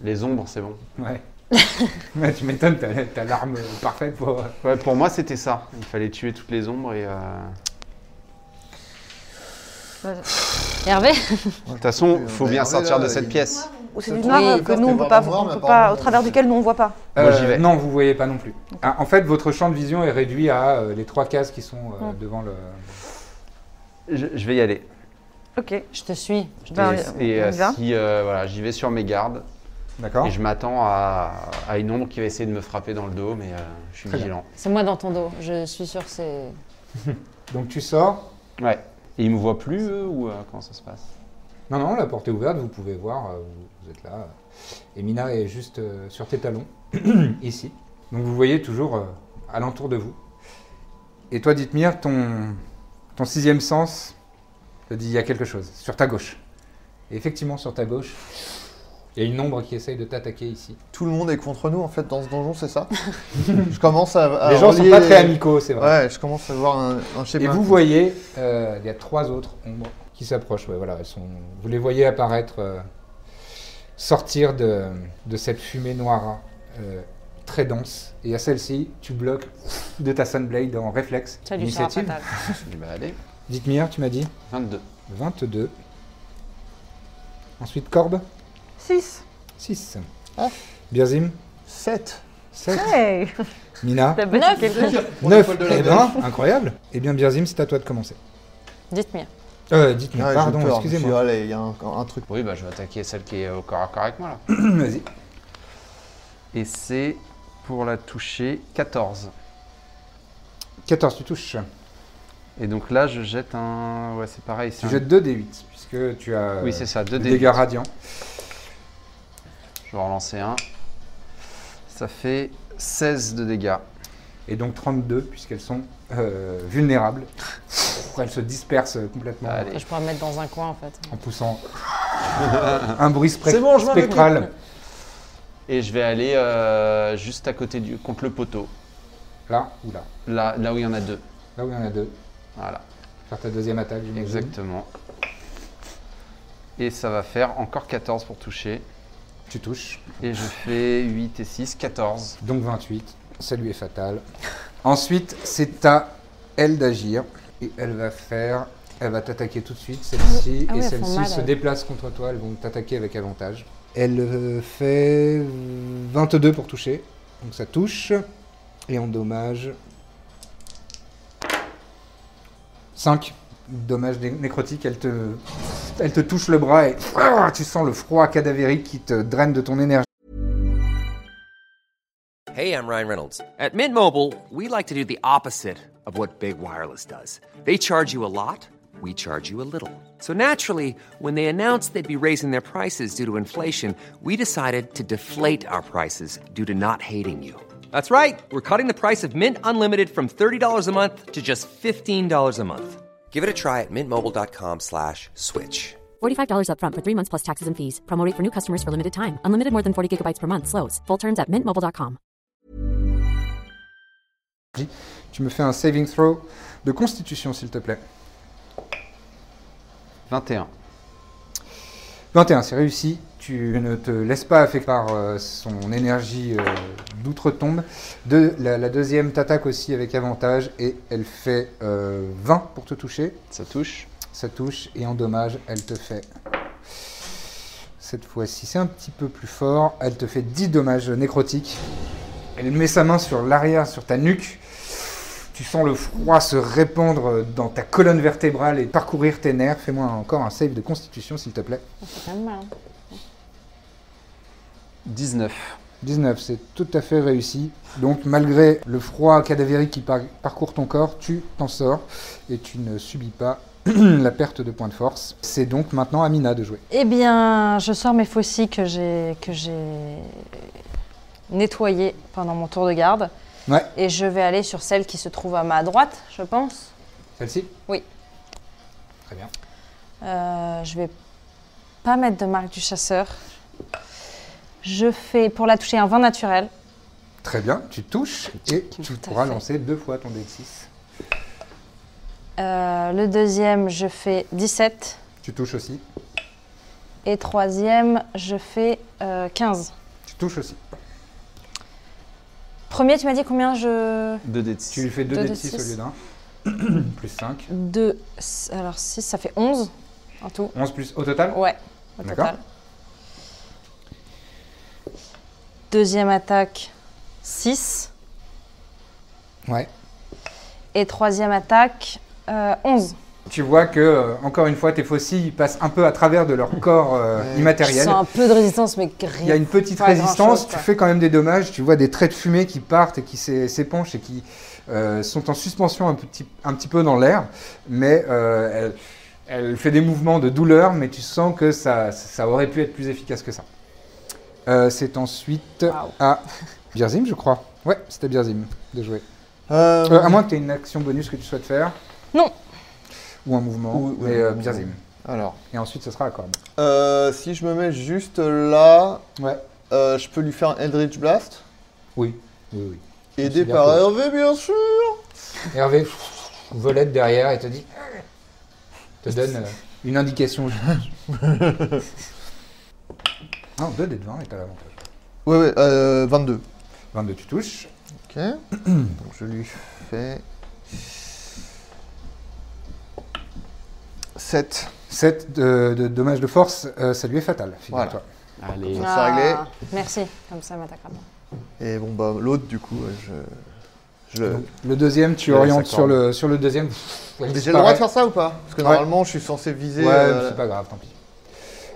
Speaker 5: Les ombres, c'est bon.
Speaker 1: Ouais. Ouais, tu m'étonnes, t'as, t'as l'arme parfaite pour. euh,
Speaker 5: Ouais, pour moi c'était ça. Il fallait tuer toutes les ombres et. euh,
Speaker 4: Hervé
Speaker 5: De toute façon, faut
Speaker 3: Bah,
Speaker 5: bien
Speaker 3: Hervé,
Speaker 5: sortir
Speaker 3: là,
Speaker 5: de cette
Speaker 3: il-
Speaker 5: pièce.
Speaker 2: Ou c'est
Speaker 3: Ça
Speaker 2: du
Speaker 3: tombe
Speaker 2: noir
Speaker 4: bien,
Speaker 2: euh, que
Speaker 3: parce
Speaker 2: nous,
Speaker 3: que
Speaker 2: on peut
Speaker 3: vraiment
Speaker 2: pas,
Speaker 3: noir,
Speaker 2: on
Speaker 3: mais
Speaker 2: peut pas,
Speaker 3: apparemment,
Speaker 2: au travers
Speaker 3: on-
Speaker 2: duquel nous on voit pas.
Speaker 5: Moi, j'y vais.
Speaker 1: Euh, Non, vous voyez pas non plus. Ah, en fait, votre champ de vision est réduit à euh, les trois cases qui sont euh, devant le.
Speaker 5: Je, je vais y aller.
Speaker 2: Ok.
Speaker 4: Je te suis. Je te-
Speaker 2: Ben,
Speaker 5: et
Speaker 2: on- on y
Speaker 5: et, euh,
Speaker 2: va.
Speaker 5: si euh, voilà, j'y vais sur mes gardes
Speaker 1: D'accord
Speaker 5: et je m'attends à, à une ombre qui va essayer de me frapper dans le dos, mais euh, je suis
Speaker 1: Très bien.
Speaker 5: vigilant.
Speaker 4: C'est moi dans ton dos. Je suis sûr que c'est.
Speaker 1: Donc tu sors.
Speaker 5: Ouais. Et ils me voient plus eux ou euh, comment ça se passe
Speaker 1: Non, non, la porte est ouverte, vous pouvez voir, euh, vous, vous êtes là. Et Mina est juste euh, sur tes talons, ici. Donc vous voyez toujours euh, alentour de vous. Et toi, Dithmir, ton, ton sixième sens te dit il y a quelque chose, sur ta gauche. Et effectivement, sur ta gauche, il y a une ombre qui essaye de t'attaquer ici.
Speaker 3: Tout le monde est contre nous, en fait, dans ce donjon, c'est ça Je commence à. à
Speaker 1: Les gens sont
Speaker 3: relier
Speaker 1: pas très amicaux, c'est vrai.
Speaker 3: Ouais, je commence à voir un, un
Speaker 1: Et
Speaker 3: schéma.
Speaker 1: vous voyez, euh, il y a trois autres ombres qui s'approchent. Ouais, voilà, elles sont, vous les voyez apparaître, euh, sortir de, de cette fumée noire euh, très dense. Et à celle-ci, tu bloques de ta Sunblade en réflexe.
Speaker 4: Ça lui sera
Speaker 1: Initiative.
Speaker 4: fatal.
Speaker 5: Je dis bah allez,
Speaker 1: Dites-moi, tu m'as dit
Speaker 5: 22.
Speaker 1: 22. Ensuite, Corbe.
Speaker 2: 6.
Speaker 1: 6.
Speaker 3: Ah.
Speaker 1: Birzim
Speaker 3: 7.
Speaker 1: 7.
Speaker 4: Ah.
Speaker 2: Hey
Speaker 1: Mina
Speaker 2: T'as battu
Speaker 4: Neuf.
Speaker 2: quelqu'un.
Speaker 1: 9. Eh ben, incroyable. Eh bien, Birzim, c'est à toi de commencer.
Speaker 4: Dites-moi.
Speaker 1: Euh,
Speaker 3: Ah,
Speaker 1: dites-moi, pardon, excusez-moi.
Speaker 3: Allez, il y a un, un truc.
Speaker 5: Oui, bah je vais attaquer celle qui est au corps à corps avec moi là.
Speaker 1: Vas-y.
Speaker 5: Et c'est pour la toucher 14.
Speaker 1: 14, tu touches.
Speaker 5: Et donc là, je jette un. Ouais, c'est pareil. c'est
Speaker 1: Tu
Speaker 5: un-
Speaker 1: jettes 2 D8, puisque tu as
Speaker 5: Ah. Oui, c'est ça, 2
Speaker 1: des
Speaker 5: dés.
Speaker 1: dégâts radiants.
Speaker 5: Je vais en relancer un. Ça fait 16 de dégâts.
Speaker 1: Et donc 32, puisqu'elles sont euh, vulnérables. Elles se dispersent complètement
Speaker 5: Allez.
Speaker 4: Je pourrais me mettre dans un coin en fait.
Speaker 1: en poussant un bruit spec-
Speaker 5: C'est bon, je m'en vais.
Speaker 1: spectral.
Speaker 5: Et je vais aller euh, juste à côté du. contre le poteau.
Speaker 1: Là ou là.
Speaker 5: Là, là où il y en a deux.
Speaker 1: Là où il y en a deux.
Speaker 5: Voilà,
Speaker 1: Faire ta deuxième attaque, j'imagine.
Speaker 5: exactement. Et ça va faire encore 14 pour toucher.
Speaker 1: Tu touches.
Speaker 5: Et je fais 8 et 6, 14.
Speaker 1: Donc 28, ça lui est fatal. Ensuite, c'est à elle d'agir. Et elle va faire. Elle va t'attaquer tout de suite, celle-ci.
Speaker 4: Ah oui,
Speaker 1: et
Speaker 4: elles font
Speaker 1: celle-ci
Speaker 4: mal,
Speaker 1: se
Speaker 4: elles.
Speaker 1: déplace contre toi. Elles vont t'attaquer avec avantage. Elle euh, fait 22 pour toucher. Donc ça touche. Et en dommage. 5. Dommage né- nécrotique. Elle te, elle te touche le bras et ah, tu sens le froid cadavérique qui te draine de ton énergie.
Speaker 6: Hey, I'm Ryan Reynolds. At Mint Mobile, we like to do the opposite of what Big Wireless does. They charge you a lot, we charge you a little. So naturally, when they announced they'd be raising their prices due to inflation, we decided to deflate our prices due to not hating you. That's right. We're cutting the price of Mint Unlimited from $30 a month to just $15 a month. Give it a try at mintmobile.com slash switch.
Speaker 7: $45 upfront for three months plus taxes and fees. Promo rate for new customers for limited time. Unlimited more than 40 gigabytes per month. Slows. Full terms at mintmobile.com.
Speaker 1: Tu me fais un saving throw de constitution, s'il te plaît.
Speaker 5: 21.
Speaker 1: 21, c'est réussi. Tu ne te laisses pas affecter par euh, son énergie euh, d'outre-tombe. De, la, la deuxième t'attaque aussi avec avantage et elle fait euh, 20 pour te toucher.
Speaker 5: Ça touche.
Speaker 1: Ça touche et en dommage, elle te fait. Cette fois-ci, c'est un petit peu plus fort. Elle te fait 10 dommages nécrotiques. Elle met sa main sur l'arrière, sur ta nuque. Tu sens le froid se répandre dans ta colonne vertébrale et parcourir tes nerfs. Fais-moi encore un save de constitution, s'il te plaît.
Speaker 4: C'est quand même mal. hein.
Speaker 5: 19.
Speaker 1: 19, c'est tout à fait réussi. Donc, malgré le froid cadavérique qui par- parcourt ton corps, tu t'en sors et tu ne subis pas la perte de points de force. C'est donc maintenant à Mina de jouer.
Speaker 4: Eh bien, je sors mes faucilles que j'ai que j'ai nettoyées pendant mon tour de garde.
Speaker 1: Ouais.
Speaker 4: Et je vais aller sur celle qui se trouve à ma droite, je pense.
Speaker 1: Celle-ci
Speaker 4: Oui.
Speaker 1: Très bien.
Speaker 4: Euh, je vais pas mettre de marque du chasseur. Je fais pour la toucher un vin naturel.
Speaker 1: Très bien, tu touches et tu
Speaker 4: Tout à
Speaker 1: pourras
Speaker 4: fait.
Speaker 1: lancer deux fois ton dé de 6.
Speaker 4: Euh, le deuxième, je fais 17.
Speaker 1: Tu touches aussi.
Speaker 4: Et troisième, je fais euh, 15.
Speaker 1: Tu touches aussi.
Speaker 4: Premier, tu m'as dit combien je.
Speaker 5: 2 d
Speaker 1: Tu lui fais deux
Speaker 4: Deux
Speaker 1: dés de
Speaker 4: dés de
Speaker 1: 6 au
Speaker 4: six.
Speaker 1: lieu d'un. plus 5.
Speaker 4: 2, alors 6, ça fait 11 en tout.
Speaker 1: 11 plus au total
Speaker 4: Ouais, au
Speaker 1: D'accord.
Speaker 4: total. Deuxième attaque, 6.
Speaker 1: Ouais.
Speaker 4: Et troisième attaque, euh, 11.
Speaker 1: Tu vois que, euh, encore une fois, tes faucilles passent un peu à travers de leur corps euh,
Speaker 4: Je
Speaker 1: immatériel.
Speaker 4: sens un peu de résistance, mais rien.
Speaker 1: Il y a une petite
Speaker 4: pas
Speaker 1: résistance,
Speaker 4: grand-chose,
Speaker 1: tu
Speaker 4: quoi.
Speaker 1: fais quand même des dommages, tu vois des traits de fumée qui partent et qui s'é- s'épanchent et qui euh, sont en suspension un petit, un petit peu dans l'air, mais euh, elle, elle fait des mouvements de douleur, mais tu sens que ça, ça aurait pu être plus efficace que ça. Euh, c'est ensuite
Speaker 4: Waouh.
Speaker 1: à Birzim, je crois. Ouais, c'était Birzim de jouer.
Speaker 3: Euh,
Speaker 1: Euh, à moins que tu aies une action bonus que tu souhaites faire.
Speaker 4: Non.
Speaker 1: Ou un mouvement,
Speaker 3: Ou- ou
Speaker 1: mais
Speaker 3: un
Speaker 1: euh,
Speaker 3: mouvement.
Speaker 1: Birzim.
Speaker 3: Alors,
Speaker 1: Et ensuite, ce sera à Corbe.
Speaker 3: euh, si je me mets juste là,
Speaker 1: Ouais.
Speaker 3: euh, je peux lui faire un Eldritch Blast.
Speaker 1: Oui. Oui, oui.
Speaker 3: Aidé
Speaker 1: bien
Speaker 3: par
Speaker 1: que-
Speaker 3: Hervé, bien sûr
Speaker 1: Hervé pff, volette derrière et te dit te donne euh, une indication. non, 2 des 20 est à l'avantage.
Speaker 3: Ouais, ouais, euh, 22.
Speaker 1: 22 tu touches.
Speaker 3: Ok. Donc je lui fais. 7.
Speaker 1: 7 de, de dommages de force, euh, ça lui est fatal, figure-toi.
Speaker 5: Allez.
Speaker 3: Ça, c'est réglé.
Speaker 4: Ah, Merci, comme ça, elle m'attaquera pas.
Speaker 3: Et bon, bah, l'autre, du coup, euh, je. je...
Speaker 1: Le deuxième, tu
Speaker 5: Ouais,
Speaker 1: orientes
Speaker 5: ça
Speaker 1: sur le, sur le deuxième. pff, elle
Speaker 3: J'ai le droit
Speaker 1: disparaît.
Speaker 3: de faire ça ou pas Parce que
Speaker 1: Ouais.
Speaker 3: normalement, je suis censé viser.
Speaker 1: Ouais,
Speaker 3: euh,
Speaker 1: c'est pas grave, tant pis.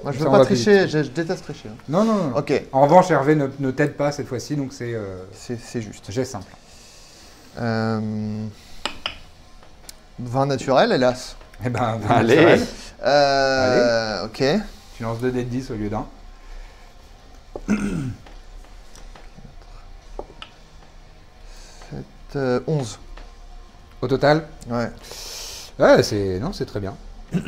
Speaker 3: Moi, je
Speaker 1: Ça,
Speaker 3: veux
Speaker 1: on
Speaker 3: pas
Speaker 1: va plus
Speaker 3: tricher, je, je déteste tricher. hein.
Speaker 1: Non, non, non.
Speaker 3: Ok,
Speaker 1: En revanche, Hervé ne, ne t'aide pas cette fois-ci, donc c'est euh,
Speaker 3: c'est c'est juste.
Speaker 1: jet simple.
Speaker 3: Euh, Vin naturel, hélas.
Speaker 1: Eh ben, vous
Speaker 5: Allez.
Speaker 1: naturel,
Speaker 3: Euh, Ok.
Speaker 1: tu lances 2 dés de 10 au lieu d'un.
Speaker 3: Euh, 11.
Speaker 1: Au total
Speaker 3: Ouais.
Speaker 1: Ouais, c'est. Non, c'est très bien.
Speaker 3: Bon,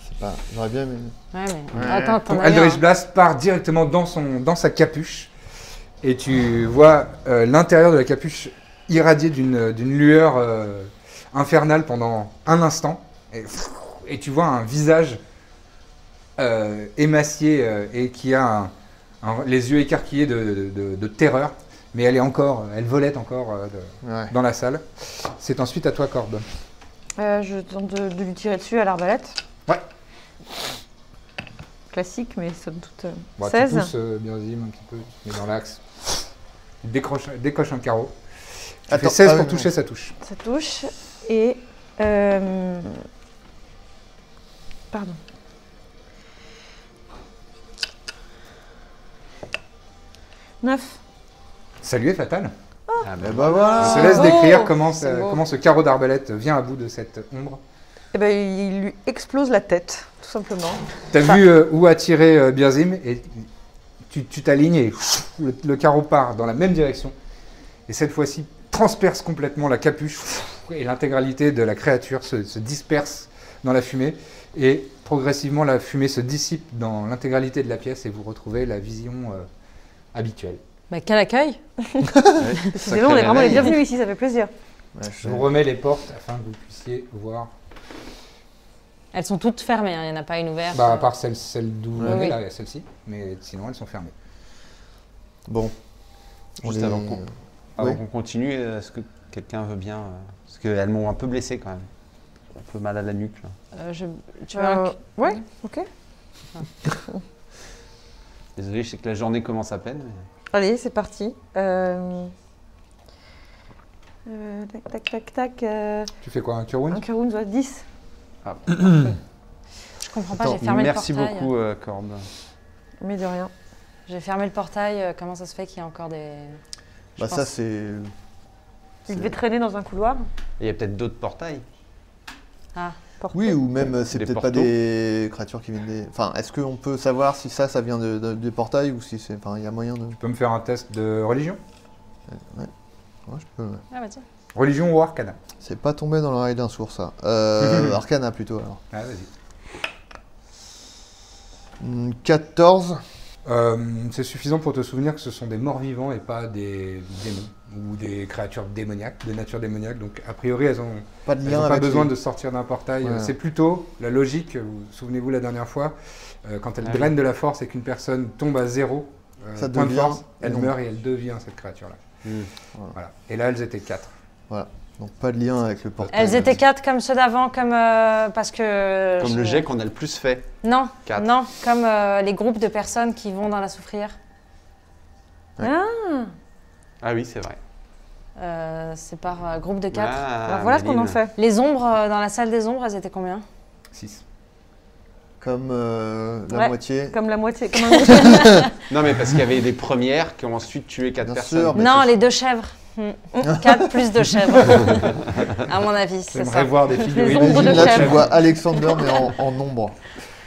Speaker 3: c'est pas... J'aurais bien aimé.
Speaker 4: Ouais, mais attends, t'en
Speaker 1: Donc,
Speaker 4: as eu
Speaker 1: Aldrich
Speaker 4: un.
Speaker 1: Blast part directement dans, son, dans sa capuche. Et tu vois euh, l'intérieur de la capuche irradié d'une d'une lueur euh, infernale pendant un instant. Et, et tu vois un visage euh, émacié euh, et qui a un- un- les yeux écarquillés de, de- de- de terreur. Mais elle est encore, elle volette encore euh, de-
Speaker 3: Ouais.
Speaker 1: dans la salle. C'est ensuite à toi, Corbe.
Speaker 2: Euh, je tente de, de lui tirer dessus à l'arbalète.
Speaker 1: Ouais.
Speaker 2: Classique, mais somme toute. euh,
Speaker 1: Bon, tu
Speaker 2: 16.
Speaker 1: pousses euh, Birzim un petit peu, mais dans l'axe. Il décroche, décoche un carreau. Tu fais
Speaker 3: Attends,
Speaker 1: 16
Speaker 3: ah
Speaker 1: pour
Speaker 3: oui,
Speaker 1: toucher, ça touche.
Speaker 2: Ça touche. Et. euh, Pardon. Neuf.
Speaker 1: Ça lui est fatal.
Speaker 5: Ah,
Speaker 3: non.
Speaker 5: bah,
Speaker 3: Eh bah voilà
Speaker 1: Il se laisse
Speaker 4: beau,
Speaker 1: décrire comment,
Speaker 4: c'est
Speaker 1: ça-
Speaker 4: beau.
Speaker 1: comment ce carreau d'arbalète vient à bout de cette ombre.
Speaker 2: Eh ben, il lui explose la tête, tout simplement.
Speaker 1: T'as vu euh, où attirer euh, Birzim et tu tu t'alignes et le, le carreau part dans la même direction. Et cette fois-ci, transperce complètement la capuche et l'intégralité de la créature se, se disperse dans la fumée. Et progressivement, la fumée se dissipe dans l'intégralité de la pièce et vous retrouvez la vision euh, habituelle.
Speaker 4: Bah, quel accueil
Speaker 2: Décidément, on est vraiment les bienvenus ici, ça fait plaisir.
Speaker 3: Ouais, je-
Speaker 1: Je vous remets les portes afin que vous puissiez voir,
Speaker 4: Elles sont toutes fermées, hein, il n'y en a pas une ouverte.
Speaker 1: bah, à part celle, celle d'où on
Speaker 4: Oui.
Speaker 1: est, là, celle-ci, mais sinon elles sont fermées.
Speaker 3: Bon.
Speaker 5: Juste
Speaker 3: J'ai-
Speaker 5: avant qu'on avant
Speaker 3: Oui.
Speaker 5: qu'on continue, euh, est-ce que quelqu'un veut bien. euh, Parce qu'elles m'ont un peu blessé quand même. J'ai Un peu mal à la nuque là.
Speaker 4: Euh, je- Tu veux un-
Speaker 2: Euh, ouais, ok.
Speaker 5: Désolé, je sais que la journée commence à peine. mais-
Speaker 2: Allez, c'est parti. Euh, euh, tac, tac, tac, tac. euh,
Speaker 1: Tu fais quoi, un cure wound
Speaker 2: Un cœur wound, ouais, 10.
Speaker 4: Je comprends pas,
Speaker 3: Attends,
Speaker 4: Ah, j'ai fermé
Speaker 5: Merci
Speaker 4: le portail.
Speaker 5: beaucoup, euh, Corbe.
Speaker 2: Mais de rien.
Speaker 4: J'ai fermé le portail, euh, comment ça se fait qu'il y a encore des. Je
Speaker 3: Bah, ça,
Speaker 4: pense-
Speaker 3: c'est.
Speaker 2: Il devait traîner dans un couloir.
Speaker 5: Et Il y a peut-être d'autres portails.
Speaker 4: Ah.
Speaker 2: porté.
Speaker 3: Oui, ou même euh, c'est
Speaker 5: Des
Speaker 3: peut-être pas
Speaker 5: portaux.
Speaker 3: des créatures qui viennent des. Enfin, est-ce qu'on peut savoir si ça, ça vient de, de- des portails ou si c'est. Enfin, il y a moyen de.
Speaker 1: Tu peux me faire un test de religion
Speaker 3: Ouais, je peux. ouais.
Speaker 4: Ah, bah tiens.
Speaker 1: Religion ou arcana
Speaker 3: C'est pas tombé dans l'oreille d'un sourd, ça. Euh, Arcana plutôt alors.
Speaker 1: Ah, vas-y.
Speaker 3: Hmm, 14.
Speaker 1: Euh, c'est suffisant pour te souvenir que ce sont des morts vivants et pas des démons ou des créatures démoniaques, de nature démoniaque. Donc, a priori, elles ont,
Speaker 3: Pas de
Speaker 1: elles
Speaker 3: lien
Speaker 1: ont pas
Speaker 3: avec.
Speaker 1: besoin
Speaker 3: les-
Speaker 1: de sortir d'un portail.
Speaker 3: Voilà.
Speaker 1: C'est plutôt la logique. Vous souvenez-vous la dernière fois, euh, quand elle
Speaker 5: Ah oui.
Speaker 1: draine de la force et qu'une personne tombe à zéro, euh,
Speaker 3: Ça
Speaker 1: point de
Speaker 3: devient Mmh.
Speaker 1: force, elle
Speaker 3: non.
Speaker 1: meurt et elle devient cette créature-là. Voilà. Et là, elles étaient quatre.
Speaker 3: Donc, pas de lien avec le portail.
Speaker 4: Elles étaient quatre comme ceux d'avant, comme. euh, parce que.
Speaker 5: Comme
Speaker 4: je-
Speaker 5: le jet qu'on a le plus fait.
Speaker 4: Non,
Speaker 5: Quatre.
Speaker 4: non, comme euh, les groupes de personnes qui vont dans la soufrière.
Speaker 5: Ah oui, c'est vrai.
Speaker 4: Euh, c'est par euh, groupe de quatre.
Speaker 5: Ah,
Speaker 4: Alors voilà ce qu'on en
Speaker 5: Méline.
Speaker 4: fait. Les ombres, euh, dans la salle des ombres, elles étaient combien
Speaker 1: Six.
Speaker 3: Comme euh, la
Speaker 2: Ouais.
Speaker 3: moitié.
Speaker 2: Comme la moitié. Comme un autre.
Speaker 5: Non, mais parce qu'il y avait des premières qui ont ensuite tué quatre
Speaker 3: Bien
Speaker 5: personnes.
Speaker 3: sûr, mais
Speaker 4: Non,
Speaker 3: c'est-
Speaker 4: les deux chèvres. Hmm. Quatre plus deux chèvres. à mon avis, c'est ça.
Speaker 1: J'aimerais voir des figurines.
Speaker 2: ombres
Speaker 3: Imagine,
Speaker 2: de
Speaker 3: là, tu
Speaker 2: chèvre.
Speaker 3: vois Alexander, mais en, en nombre.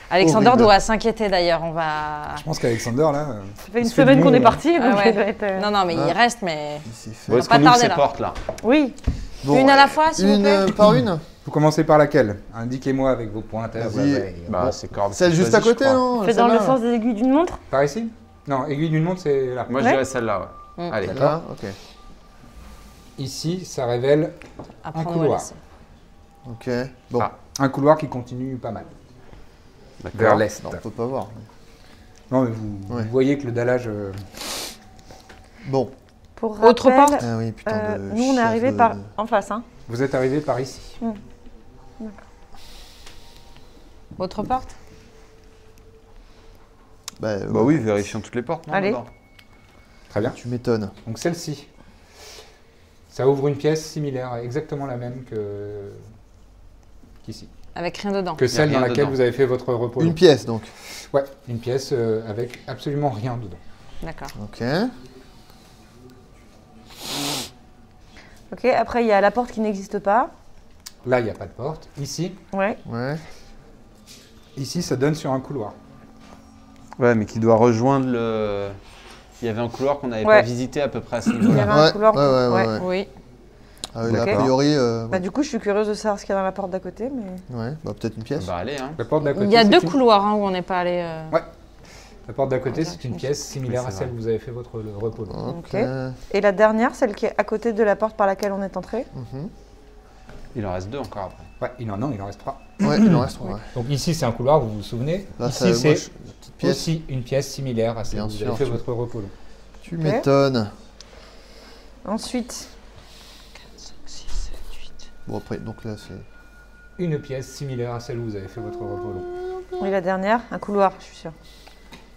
Speaker 4: Alexander
Speaker 3: Horrible.
Speaker 4: doit s'inquiéter d'ailleurs, on va...
Speaker 1: Je pense qu'Alexander, là. euh,
Speaker 2: Ça fait une
Speaker 1: Il se fait
Speaker 2: semaine
Speaker 1: du
Speaker 2: qu'on
Speaker 1: monde,
Speaker 2: est
Speaker 1: là.
Speaker 2: parti. donc
Speaker 4: Ah ouais.
Speaker 2: il doit être, euh,
Speaker 4: Non, non, mais
Speaker 1: hein.
Speaker 4: il
Speaker 3: Ah.
Speaker 4: reste, mais...
Speaker 3: Il s'est fait.
Speaker 5: Bon, est-ce
Speaker 4: On va
Speaker 5: qu'on ouvre
Speaker 4: pas tarder,
Speaker 5: ces
Speaker 4: là.
Speaker 5: portes là
Speaker 2: Oui.
Speaker 3: Bon,
Speaker 4: Une à la fois, s'il vous
Speaker 3: Une
Speaker 4: plaît.
Speaker 3: euh, par une
Speaker 1: Vous commencez par laquelle Indiquez-moi avec vos pointeurs.
Speaker 3: Vas-y.
Speaker 1: Ouais, ouais.
Speaker 5: Bah, c'est Corbe.
Speaker 3: Celle
Speaker 5: qui
Speaker 3: juste à
Speaker 5: choisit,
Speaker 3: côté,
Speaker 5: je crois.
Speaker 3: non
Speaker 2: Fait dans
Speaker 3: Celle-là,
Speaker 2: le
Speaker 3: là.
Speaker 2: sens des aiguilles d'une montre.
Speaker 1: Par ici Non, aiguille d'une montre, c'est là.
Speaker 5: Moi, je
Speaker 2: Ouais.
Speaker 5: dirais celle-là, ouais.
Speaker 4: Mm.
Speaker 5: Allez.
Speaker 3: Là, ok.
Speaker 1: Ici, ça révèle
Speaker 4: à
Speaker 1: Un
Speaker 4: prendre ou à
Speaker 1: couloir.
Speaker 4: laisser.
Speaker 3: Ok. Bon,
Speaker 5: Ah,
Speaker 1: un couloir qui continue pas mal.
Speaker 5: d'accord.
Speaker 1: Vers l'est.
Speaker 3: non, on peut pas voir.
Speaker 1: Non, mais vous,
Speaker 3: Ouais.
Speaker 1: vous voyez que le dallage. euh,
Speaker 3: Bon.
Speaker 2: Pour rappel,
Speaker 4: Autre porte
Speaker 3: Ah oui, putain
Speaker 2: euh,
Speaker 3: de.
Speaker 2: nous, on est
Speaker 3: chef
Speaker 2: arrivés
Speaker 3: de-
Speaker 2: par... en face. Hein.
Speaker 1: vous êtes arrivé par ici.
Speaker 4: Autre porte
Speaker 3: Bah,
Speaker 5: Bah
Speaker 3: euh,
Speaker 5: oui, vérifions toutes les portes. non,
Speaker 2: Allez.
Speaker 5: d'abord.
Speaker 1: Très bien.
Speaker 3: Tu m'étonnes.
Speaker 1: Donc celle-ci. Ça ouvre une pièce similaire, exactement la même que qu'ici.
Speaker 4: Avec rien dedans.
Speaker 1: Que celle
Speaker 5: rien
Speaker 1: dans laquelle
Speaker 5: dedans.
Speaker 1: vous avez fait votre repos.
Speaker 3: Une pièce donc.
Speaker 1: Ouais, une pièce euh, avec absolument rien dedans.
Speaker 4: D'accord.
Speaker 3: Ok.
Speaker 2: Ok, après, il y a la porte qui n'existe pas.
Speaker 1: Là, il n'y a pas de porte. Ici,
Speaker 2: Ouais.
Speaker 3: Ouais.
Speaker 1: ici, ça donne sur un couloir.
Speaker 5: Ouais, mais qui doit rejoindre le. Il y avait un couloir qu'on n'avait
Speaker 2: Ouais.
Speaker 5: pas visité à peu près à ce
Speaker 2: Il y
Speaker 5: niveau-là.
Speaker 2: avait un
Speaker 3: Ouais,
Speaker 2: couloir.
Speaker 3: ouais, ouais, ouais,
Speaker 2: ouais.
Speaker 3: ouais.
Speaker 4: Oui.
Speaker 3: Ah oui, là,
Speaker 5: D'accord.
Speaker 3: a priori. euh,
Speaker 2: Bah, du coup, je suis curieuse de savoir ce qu'il y a dans la porte d'à côté, mais.
Speaker 3: ouais, bah, peut-être une pièce.
Speaker 5: Bah allez, hein.
Speaker 1: La porte d'à côté.
Speaker 4: Il y a
Speaker 1: c'est
Speaker 4: deux
Speaker 1: une-
Speaker 4: couloirs hein, où on n'est pas allé. euh,
Speaker 1: Ouais. La porte d'à côté, c'est une
Speaker 4: Ouais,
Speaker 1: pièce similaire
Speaker 5: c'est
Speaker 1: à celle où vous avez fait votre le repos.
Speaker 3: Ok.
Speaker 2: Bah, Ok. Et la dernière, celle qui est à côté de la porte par laquelle on est entré.
Speaker 5: Il en reste deux encore après.
Speaker 1: Ouais, il en a, un, il en reste trois.
Speaker 3: Ouais, il en reste trois. ouais.
Speaker 1: Donc ici, c'est un couloir, vous vous souvenez
Speaker 3: Là, ça,
Speaker 1: Ici,
Speaker 3: moi,
Speaker 1: c'est
Speaker 3: je- petite pièce.
Speaker 1: aussi une pièce similaire à celle
Speaker 3: Bien
Speaker 1: où vous
Speaker 3: sûr,
Speaker 1: avez fait
Speaker 3: tu-
Speaker 1: votre repos.
Speaker 3: Tu m'étonnes.
Speaker 2: Ensuite,
Speaker 3: Bon, après, donc là, c'est.
Speaker 1: Une pièce similaire à celle où vous avez fait votre repos.
Speaker 2: et la dernière, un couloir, je suis sûre.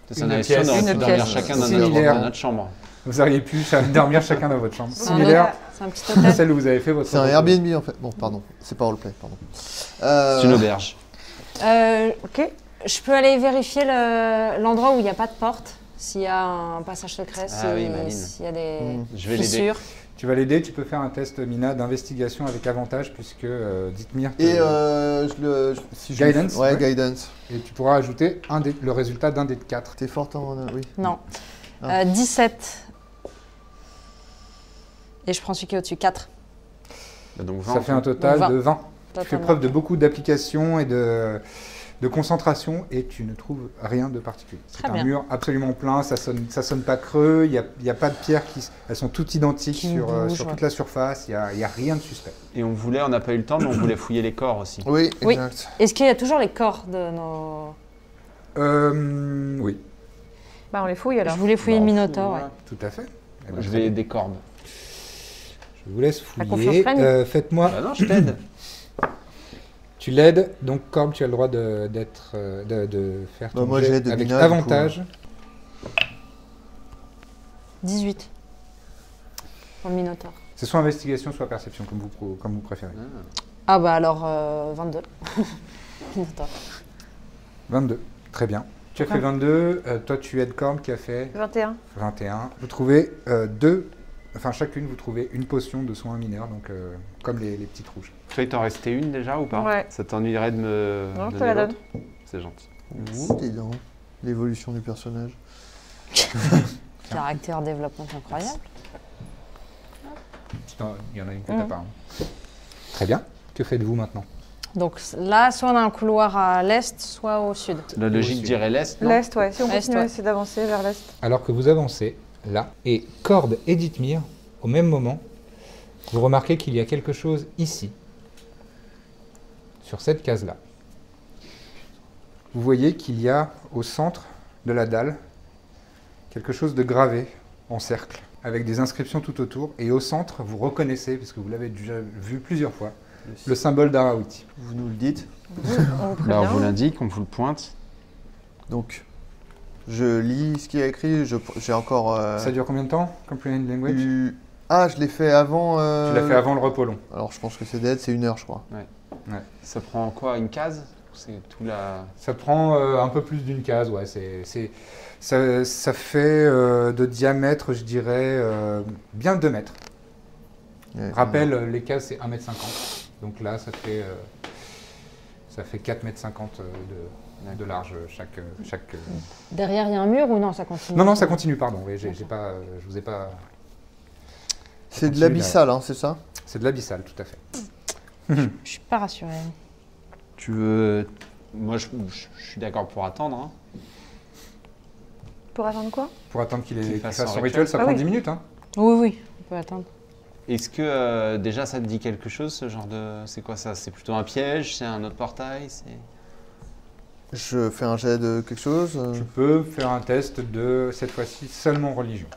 Speaker 5: Ça,
Speaker 1: Une
Speaker 5: on avait
Speaker 1: pièce.
Speaker 5: sûr, on aurait
Speaker 2: Une
Speaker 5: pu dormir
Speaker 2: pièce.
Speaker 5: chacun dans notre,
Speaker 1: Similaire.
Speaker 5: dans notre chambre.
Speaker 1: Vous auriez pu ch- dormir chacun dans votre chambre.
Speaker 4: c'est un
Speaker 1: Similaire
Speaker 4: hôtel- C'est un petit
Speaker 1: à
Speaker 4: hôtel.
Speaker 1: celle où vous avez fait votre
Speaker 3: C'est un
Speaker 1: repos.
Speaker 3: Airbnb en fait. Bon, pardon, c'est pas roleplay, pardon. Euh,
Speaker 5: C'est une auberge.
Speaker 4: Euh,
Speaker 2: Ok
Speaker 4: je peux aller vérifier le- l'endroit où il n'y a pas de porte, s'il y a un passage secret,
Speaker 5: Ah
Speaker 4: si-
Speaker 5: oui, Maline.
Speaker 4: s'il y a des
Speaker 5: Je vais l'aider.
Speaker 4: fissures.
Speaker 1: Tu vas l'aider, tu peux faire un test, Mina, d'investigation avec avantage, puisque euh, Dithmir te-
Speaker 3: Et euh, je le, je- si je-
Speaker 1: Guidance,
Speaker 3: Ouais,
Speaker 1: ouais.
Speaker 3: guidance.
Speaker 1: et tu pourras ajouter un dé- le résultat d'un dé de 4.
Speaker 3: T'es forte en. euh, oui.
Speaker 4: Non.
Speaker 3: Ah.
Speaker 4: Euh, 17. Et je prends celui qui est au-dessus. 4.
Speaker 5: Bah, donc
Speaker 1: Ça
Speaker 5: vingt,
Speaker 1: fait un total
Speaker 4: Vingt.
Speaker 1: de 20. Tu fais preuve de beaucoup d'application et de, de concentration et tu ne trouves rien de particulier. C'est
Speaker 4: Très
Speaker 1: un
Speaker 4: bien.
Speaker 1: mur absolument plein, ça sonne, ça sonne pas creux, il n'y a, il y a pas de pierres qui. s- Elles sont toutes identiques
Speaker 4: Qui
Speaker 1: sur, euh,
Speaker 4: bougent,
Speaker 1: sur
Speaker 4: ouais.
Speaker 1: toute la surface, il n'y a, il y a rien de suspect.
Speaker 5: Et on voulait, on n'a pas eu le temps, mais on voulait fouiller les corps aussi.
Speaker 3: Oui,
Speaker 4: Oui.
Speaker 3: exact.
Speaker 4: Est-ce qu'il y a toujours les corps de nos.
Speaker 1: Euh, oui,
Speaker 2: Bah, on les fouille alors.
Speaker 4: je voulais fouiller
Speaker 5: Bah,
Speaker 4: le
Speaker 5: on fout,
Speaker 4: Minotaure.
Speaker 5: voilà.
Speaker 4: ouais.
Speaker 1: tout à fait. Eh ben,
Speaker 5: bah, Je vais des cordes.
Speaker 1: Je vous laisse
Speaker 4: La confiance
Speaker 1: fouiller.
Speaker 4: règne.
Speaker 1: Euh, Faites-moi.
Speaker 5: Bah non, je t'aide.
Speaker 1: Tu l'aides, donc Corbe, tu as le droit de, d'être, euh, de, de faire
Speaker 3: Bah,
Speaker 1: ton
Speaker 3: moi,
Speaker 1: jet
Speaker 3: j'aide
Speaker 1: avec
Speaker 3: Mina, du
Speaker 1: avantage.
Speaker 4: 18. Pour le Minotaure.
Speaker 1: C'est soit investigation, soit perception, comme vous, pro- comme vous préférez.
Speaker 4: Ah bah alors euh, 22. Minotaure.
Speaker 1: 22. Très bien. Tu as fait 22, euh, toi tu aides Corbe qui a fait
Speaker 2: 21.
Speaker 1: 21. Vous trouvez euh, deux, enfin chacune, vous trouvez une potion de soins mineurs, donc euh, comme les, les petites rouges.
Speaker 5: Toi, il t'en restait une déjà ou pas
Speaker 2: Ouais.
Speaker 5: Ça t'ennuierait de me.
Speaker 2: Non, je te
Speaker 5: donner
Speaker 2: la
Speaker 5: l'autre C'est gentil.
Speaker 3: Ouh, dis donc. L'évolution du personnage.
Speaker 4: Caractère développement incroyable.
Speaker 1: Putain, Il y en a une que t'as pas. hein. Très bien. Que faites-vous maintenant
Speaker 4: Donc là, soit on a un couloir à l'est, soit au sud.
Speaker 5: La logique
Speaker 1: Aussi.
Speaker 5: dirait l'Est, non
Speaker 2: L'Est, ouais. Si on
Speaker 4: L'Est,
Speaker 2: continue à
Speaker 4: ouais.
Speaker 2: essayer d'avancer vers l'Est.
Speaker 1: Alors que vous avancez, là, et Corbe et Dithmir, au même moment, vous remarquez qu'il y a quelque chose ici, sur cette case-là. Vous voyez qu'il y a au centre de la dalle quelque chose de gravé en cercle, avec des inscriptions tout autour, et au centre, vous reconnaissez, parce que vous l'avez déjà vu plusieurs fois, le symbole d'Araouti.
Speaker 3: Vous nous le dites.
Speaker 2: On vous
Speaker 5: Bah, on
Speaker 2: prévient.
Speaker 5: vous l'indique, on vous le pointe.
Speaker 3: Donc, je lis ce qu'il y a écrit. je- J'ai encore. euh,
Speaker 1: Ça dure combien de temps, Comprehend Language
Speaker 3: eu- Ah, je l'ai fait avant. euh,
Speaker 1: Tu l'as fait avant le repos long.
Speaker 3: Alors, je pense que c'est dead, c'est une heure, je crois.
Speaker 5: Ça prend quoi Une case C'est tout la.
Speaker 1: Ça prend euh, un peu plus d'une case, ouais. C'est, c'est- ça, ça fait euh, de diamètre, je dirais, euh, bien 2 mètres.
Speaker 3: Et-
Speaker 1: Rappel, euh, les cases, c'est 1m50. Donc là, ça fait, euh, ça fait 4m50 euh, de, de large euh, chaque. euh, chaque euh.
Speaker 4: Derrière, il y a un mur ou non Ça continue
Speaker 1: Non, non, ça continue, pardon. Oui, j'ai, j'ai pas, euh, je vous ai pas.
Speaker 3: C'est
Speaker 1: Continue,
Speaker 3: de l'abyssal, hein, c'est ça
Speaker 1: C'est de l'abyssal, tout à fait.
Speaker 4: Je suis pas rassurée.
Speaker 5: Tu veux. Moi, je, je- je suis d'accord pour attendre. hein.
Speaker 2: Pour attendre quoi
Speaker 1: Pour attendre qu'il, ait-
Speaker 5: Qu'il
Speaker 1: qu'il
Speaker 5: fasse
Speaker 1: fasse
Speaker 5: son
Speaker 1: son
Speaker 5: rituel.
Speaker 1: rituel, ça
Speaker 2: Ah
Speaker 1: prend
Speaker 2: oui.
Speaker 1: 10 minutes. hein.
Speaker 4: Oui, oui, on peut attendre.
Speaker 5: Est-ce que euh, déjà ça te dit quelque chose ce genre de. C'est quoi ça C'est plutôt un piège C'est un autre portail C'est.
Speaker 3: Je fais un jet de quelque chose. euh,
Speaker 1: Tu peux faire un test de, cette fois-ci, seulement religion.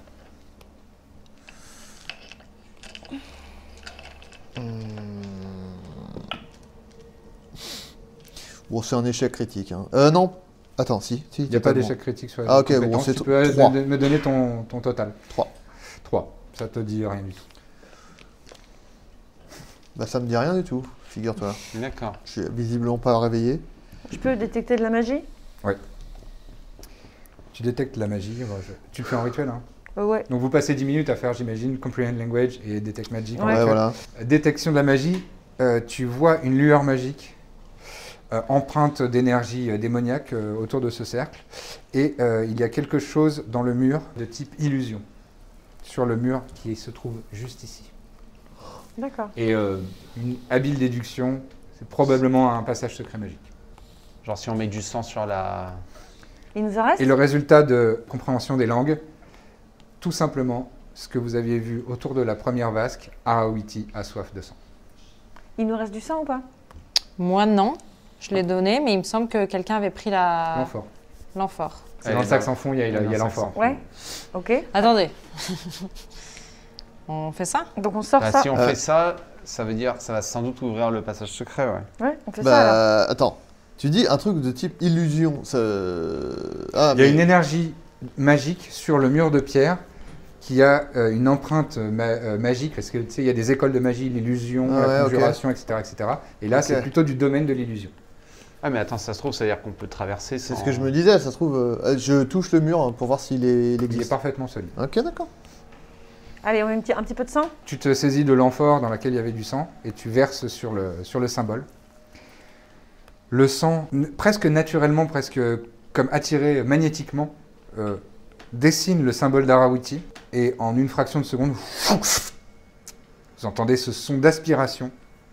Speaker 3: Bon, c'est un échec critique. hein. Euh, non, Attends, si. si
Speaker 1: Il n'y a pas d'échec critique sur les
Speaker 3: Ah, ok, bon,
Speaker 1: compétences.
Speaker 3: c'est
Speaker 1: Tu
Speaker 3: tro-
Speaker 1: peux
Speaker 3: trois.
Speaker 1: me me donner ton, ton total.
Speaker 3: 3.
Speaker 1: 3. Ça te dit rien du tout.
Speaker 3: Bah, ça me dit rien du tout, figure-toi.
Speaker 5: D'accord.
Speaker 3: Je suis visiblement pas réveillé.
Speaker 2: Je peux détecter de la magie
Speaker 1: Ouais. Tu détectes la magie. moi, je- Tu le fais en rituel. Hein.
Speaker 2: Euh, Ouais.
Speaker 1: Donc vous passez 10 minutes à faire, j'imagine, Comprehend Language et Detect Magic. en
Speaker 3: Ouais,
Speaker 1: rituel.
Speaker 3: voilà.
Speaker 1: Détection de la magie, euh, tu vois une lueur magique, euh, empreinte d'énergie euh, démoniaque euh, autour de ce cercle, et euh, il y a quelque chose dans le mur de type illusion, sur le mur qui se trouve juste ici.
Speaker 2: D'accord.
Speaker 1: Et euh, une habile déduction, c'est probablement un passage secret magique.
Speaker 5: Genre si on met du sang sur la.
Speaker 2: Il nous en reste
Speaker 1: Et le résultat de compréhension des langues, tout simplement ce que vous aviez vu autour de la première vasque, Arawiti a soif de sang.
Speaker 2: Il nous reste du sang ou pas
Speaker 4: Moi, non. Je l'ai donné, mais il me semble que quelqu'un avait pris la...
Speaker 1: L'enfort.
Speaker 4: l'amphore.
Speaker 1: C'est dans le sac sans fond, il y a- il y a
Speaker 5: dans le sac
Speaker 1: l'enfort.
Speaker 5: sans fond.
Speaker 2: Ouais. Ok.
Speaker 4: Attendez. on fait ça
Speaker 2: Donc on sort
Speaker 5: Bah,
Speaker 2: ça.
Speaker 5: si on
Speaker 3: Euh.
Speaker 5: fait ça, ça veut dire ça va sans doute ouvrir le passage secret, ouais.
Speaker 2: Ouais, on fait ça alors.
Speaker 3: Bah, attends. Tu dis un truc de type illusion. Ça... Ah,
Speaker 1: Il y a
Speaker 3: mais-
Speaker 1: une énergie magique sur le mur de pierre qui a euh, une empreinte euh, ma- euh, magique, parce que tu sais, il y a des écoles de magie, l'illusion,
Speaker 3: Ah ouais,
Speaker 1: la
Speaker 3: ok.
Speaker 1: conjuration, etc., etc. Et là, c'est
Speaker 3: Ok.
Speaker 1: plutôt du domaine de l'illusion.
Speaker 5: Ah mais attends, si ça se trouve, ça veut dire qu'on peut traverser.
Speaker 3: C'est
Speaker 5: sans-
Speaker 3: ce que je me disais, ça se trouve. euh, je touche le mur hein, pour voir s'il est, il
Speaker 1: Il est
Speaker 3: existe.
Speaker 1: parfaitement solide.
Speaker 3: Ok, d'accord.
Speaker 2: Allez, on met un petit, un petit peu de sang.
Speaker 1: Tu te saisis de l'amphore dans laquelle il y avait du sang et tu verses sur le, sur le symbole. Le sang, n- presque naturellement, presque comme attiré magnétiquement, euh, dessine le symbole d'Arawiti et en une fraction de seconde, vous entendez ce son d'aspiration.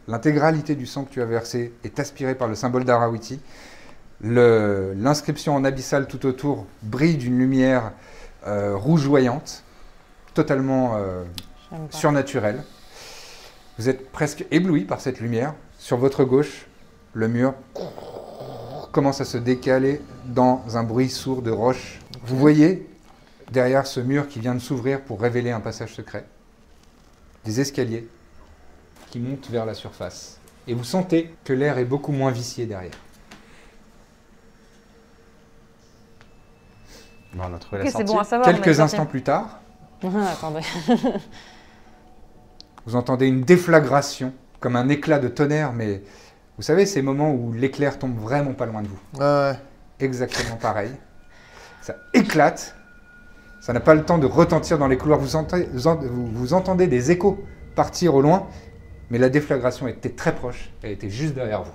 Speaker 1: L'intégralité du sang que tu as versé est aspirée par le symbole d'Arawiti. Le- L'inscription en abyssal tout autour brille d'une lumière euh, rougeoyante, totalement euh,
Speaker 4: J'aime pas.
Speaker 1: surnaturel. Vous êtes presque ébloui par cette lumière. Sur votre gauche, le mur commence à se décaler dans un bruit sourd de roche. Vous voyez derrière ce mur qui vient de s'ouvrir pour révéler un passage secret, des escaliers qui montent vers la surface. Et vous sentez que l'air est beaucoup moins vicié derrière.
Speaker 5: Bon, on a trouvé
Speaker 2: Ok,
Speaker 5: la
Speaker 2: c'est
Speaker 5: sortie.
Speaker 2: bon à savoir. on est
Speaker 1: Quelques
Speaker 2: sorti.
Speaker 1: instants plus tard,
Speaker 4: Attendez.
Speaker 1: Vous entendez une déflagration, comme un éclat de tonnerre, mais vous savez, ces moments où l'éclair tombe vraiment pas loin de vous.
Speaker 3: Ouais, ouais.
Speaker 1: Exactement pareil. Ça éclate. Ça n'a pas le temps de retentir dans les couloirs. Vous entendez, vous en- vous- vous entendez des échos partir au loin, mais la déflagration était très proche. Elle était juste derrière vous.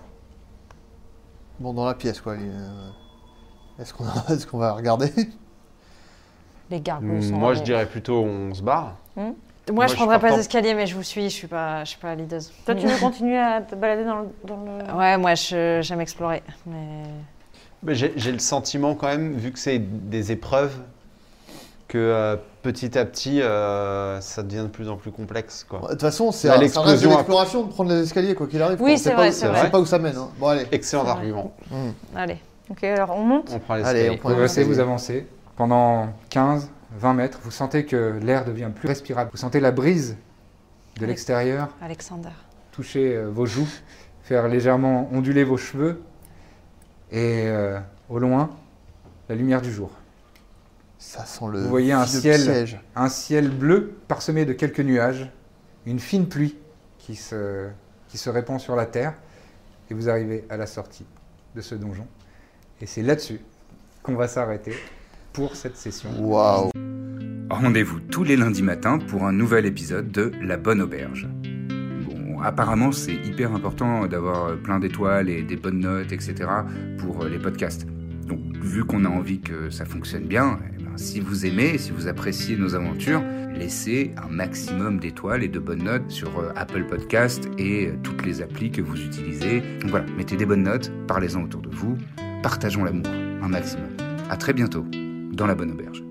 Speaker 3: Bon, dans la pièce, quoi. il est, euh, Est-ce qu'on est qu'on va regarder
Speaker 4: Les gargouilles sont...
Speaker 5: Hmm, Mm, Moi, je dirais plutôt on se barre.
Speaker 4: Moi,
Speaker 5: je
Speaker 4: je prendrais pas
Speaker 5: partant.
Speaker 4: les escaliers, mais je vous suis. Je suis pas, je suis pas leaduse.
Speaker 2: Toi, tu veux continuer à te balader dans le. Dans le...
Speaker 4: Ouais, moi, je- j'aime explorer. Mais...
Speaker 5: Mais j'ai j'ai le sentiment quand même, vu que c'est des épreuves, que euh, petit à petit, euh, ça devient de plus en plus complexe, quoi.
Speaker 3: De toute façon, c'est
Speaker 5: Là,
Speaker 3: un- ça
Speaker 5: l'explosion
Speaker 3: reste de
Speaker 5: a-
Speaker 3: l'exploration de prendre les escaliers, quoi qu'il arrive. quoi.
Speaker 4: Oui,
Speaker 3: On sait
Speaker 4: c'est
Speaker 3: pas
Speaker 4: vrai,
Speaker 3: où-
Speaker 4: c'est
Speaker 3: on sait
Speaker 5: vrai.
Speaker 3: pas où ça mène. hein. Bon, allez.
Speaker 5: Excellent
Speaker 4: C'est vrai.
Speaker 5: argument.
Speaker 4: Allez.
Speaker 2: Ok, alors on monte.
Speaker 5: On prend les
Speaker 3: Allez,
Speaker 5: escaliers.
Speaker 3: on prend-
Speaker 1: Vous progressez,
Speaker 3: Ouais.
Speaker 1: vous avancez. Pendant 15, 20 mètres, vous sentez que l'air devient plus respirable. Vous sentez la brise de
Speaker 4: Oui.
Speaker 1: l'extérieur
Speaker 4: Alexander.
Speaker 1: toucher euh, vos joues, faire légèrement onduler vos cheveux, et euh, au loin, la lumière du jour.
Speaker 3: Ça sent le.
Speaker 1: Vous voyez un
Speaker 3: le
Speaker 1: ciel.
Speaker 3: Piège.
Speaker 1: Un ciel bleu parsemé de quelques nuages, une fine pluie qui se, qui se répand sur la terre, et vous arrivez à la sortie de ce donjon. Et c'est là-dessus qu'on va s'arrêter pour cette session.
Speaker 3: Waouh.
Speaker 8: Rendez-vous tous les lundis matins pour un nouvel épisode de La Bonne Auberge. Bon, apparemment, c'est hyper important d'avoir euh, plein d'étoiles et des bonnes notes, etc. pour euh, les podcasts. Donc, vu qu'on a envie que ça fonctionne bien, eh ben, si vous aimez, si vous appréciez nos aventures, laissez un maximum d'étoiles et de bonnes notes sur euh, Apple Podcast et euh, toutes les applis que vous utilisez. Donc voilà, mettez des bonnes notes, parlez-en autour de vous, partageons l'amour un maximum. À très bientôt dans La Bonne Auberge.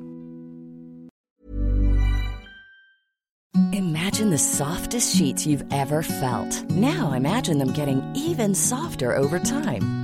Speaker 9: Imagine the softest sheets you've ever felt. Now imagine them getting even softer over time.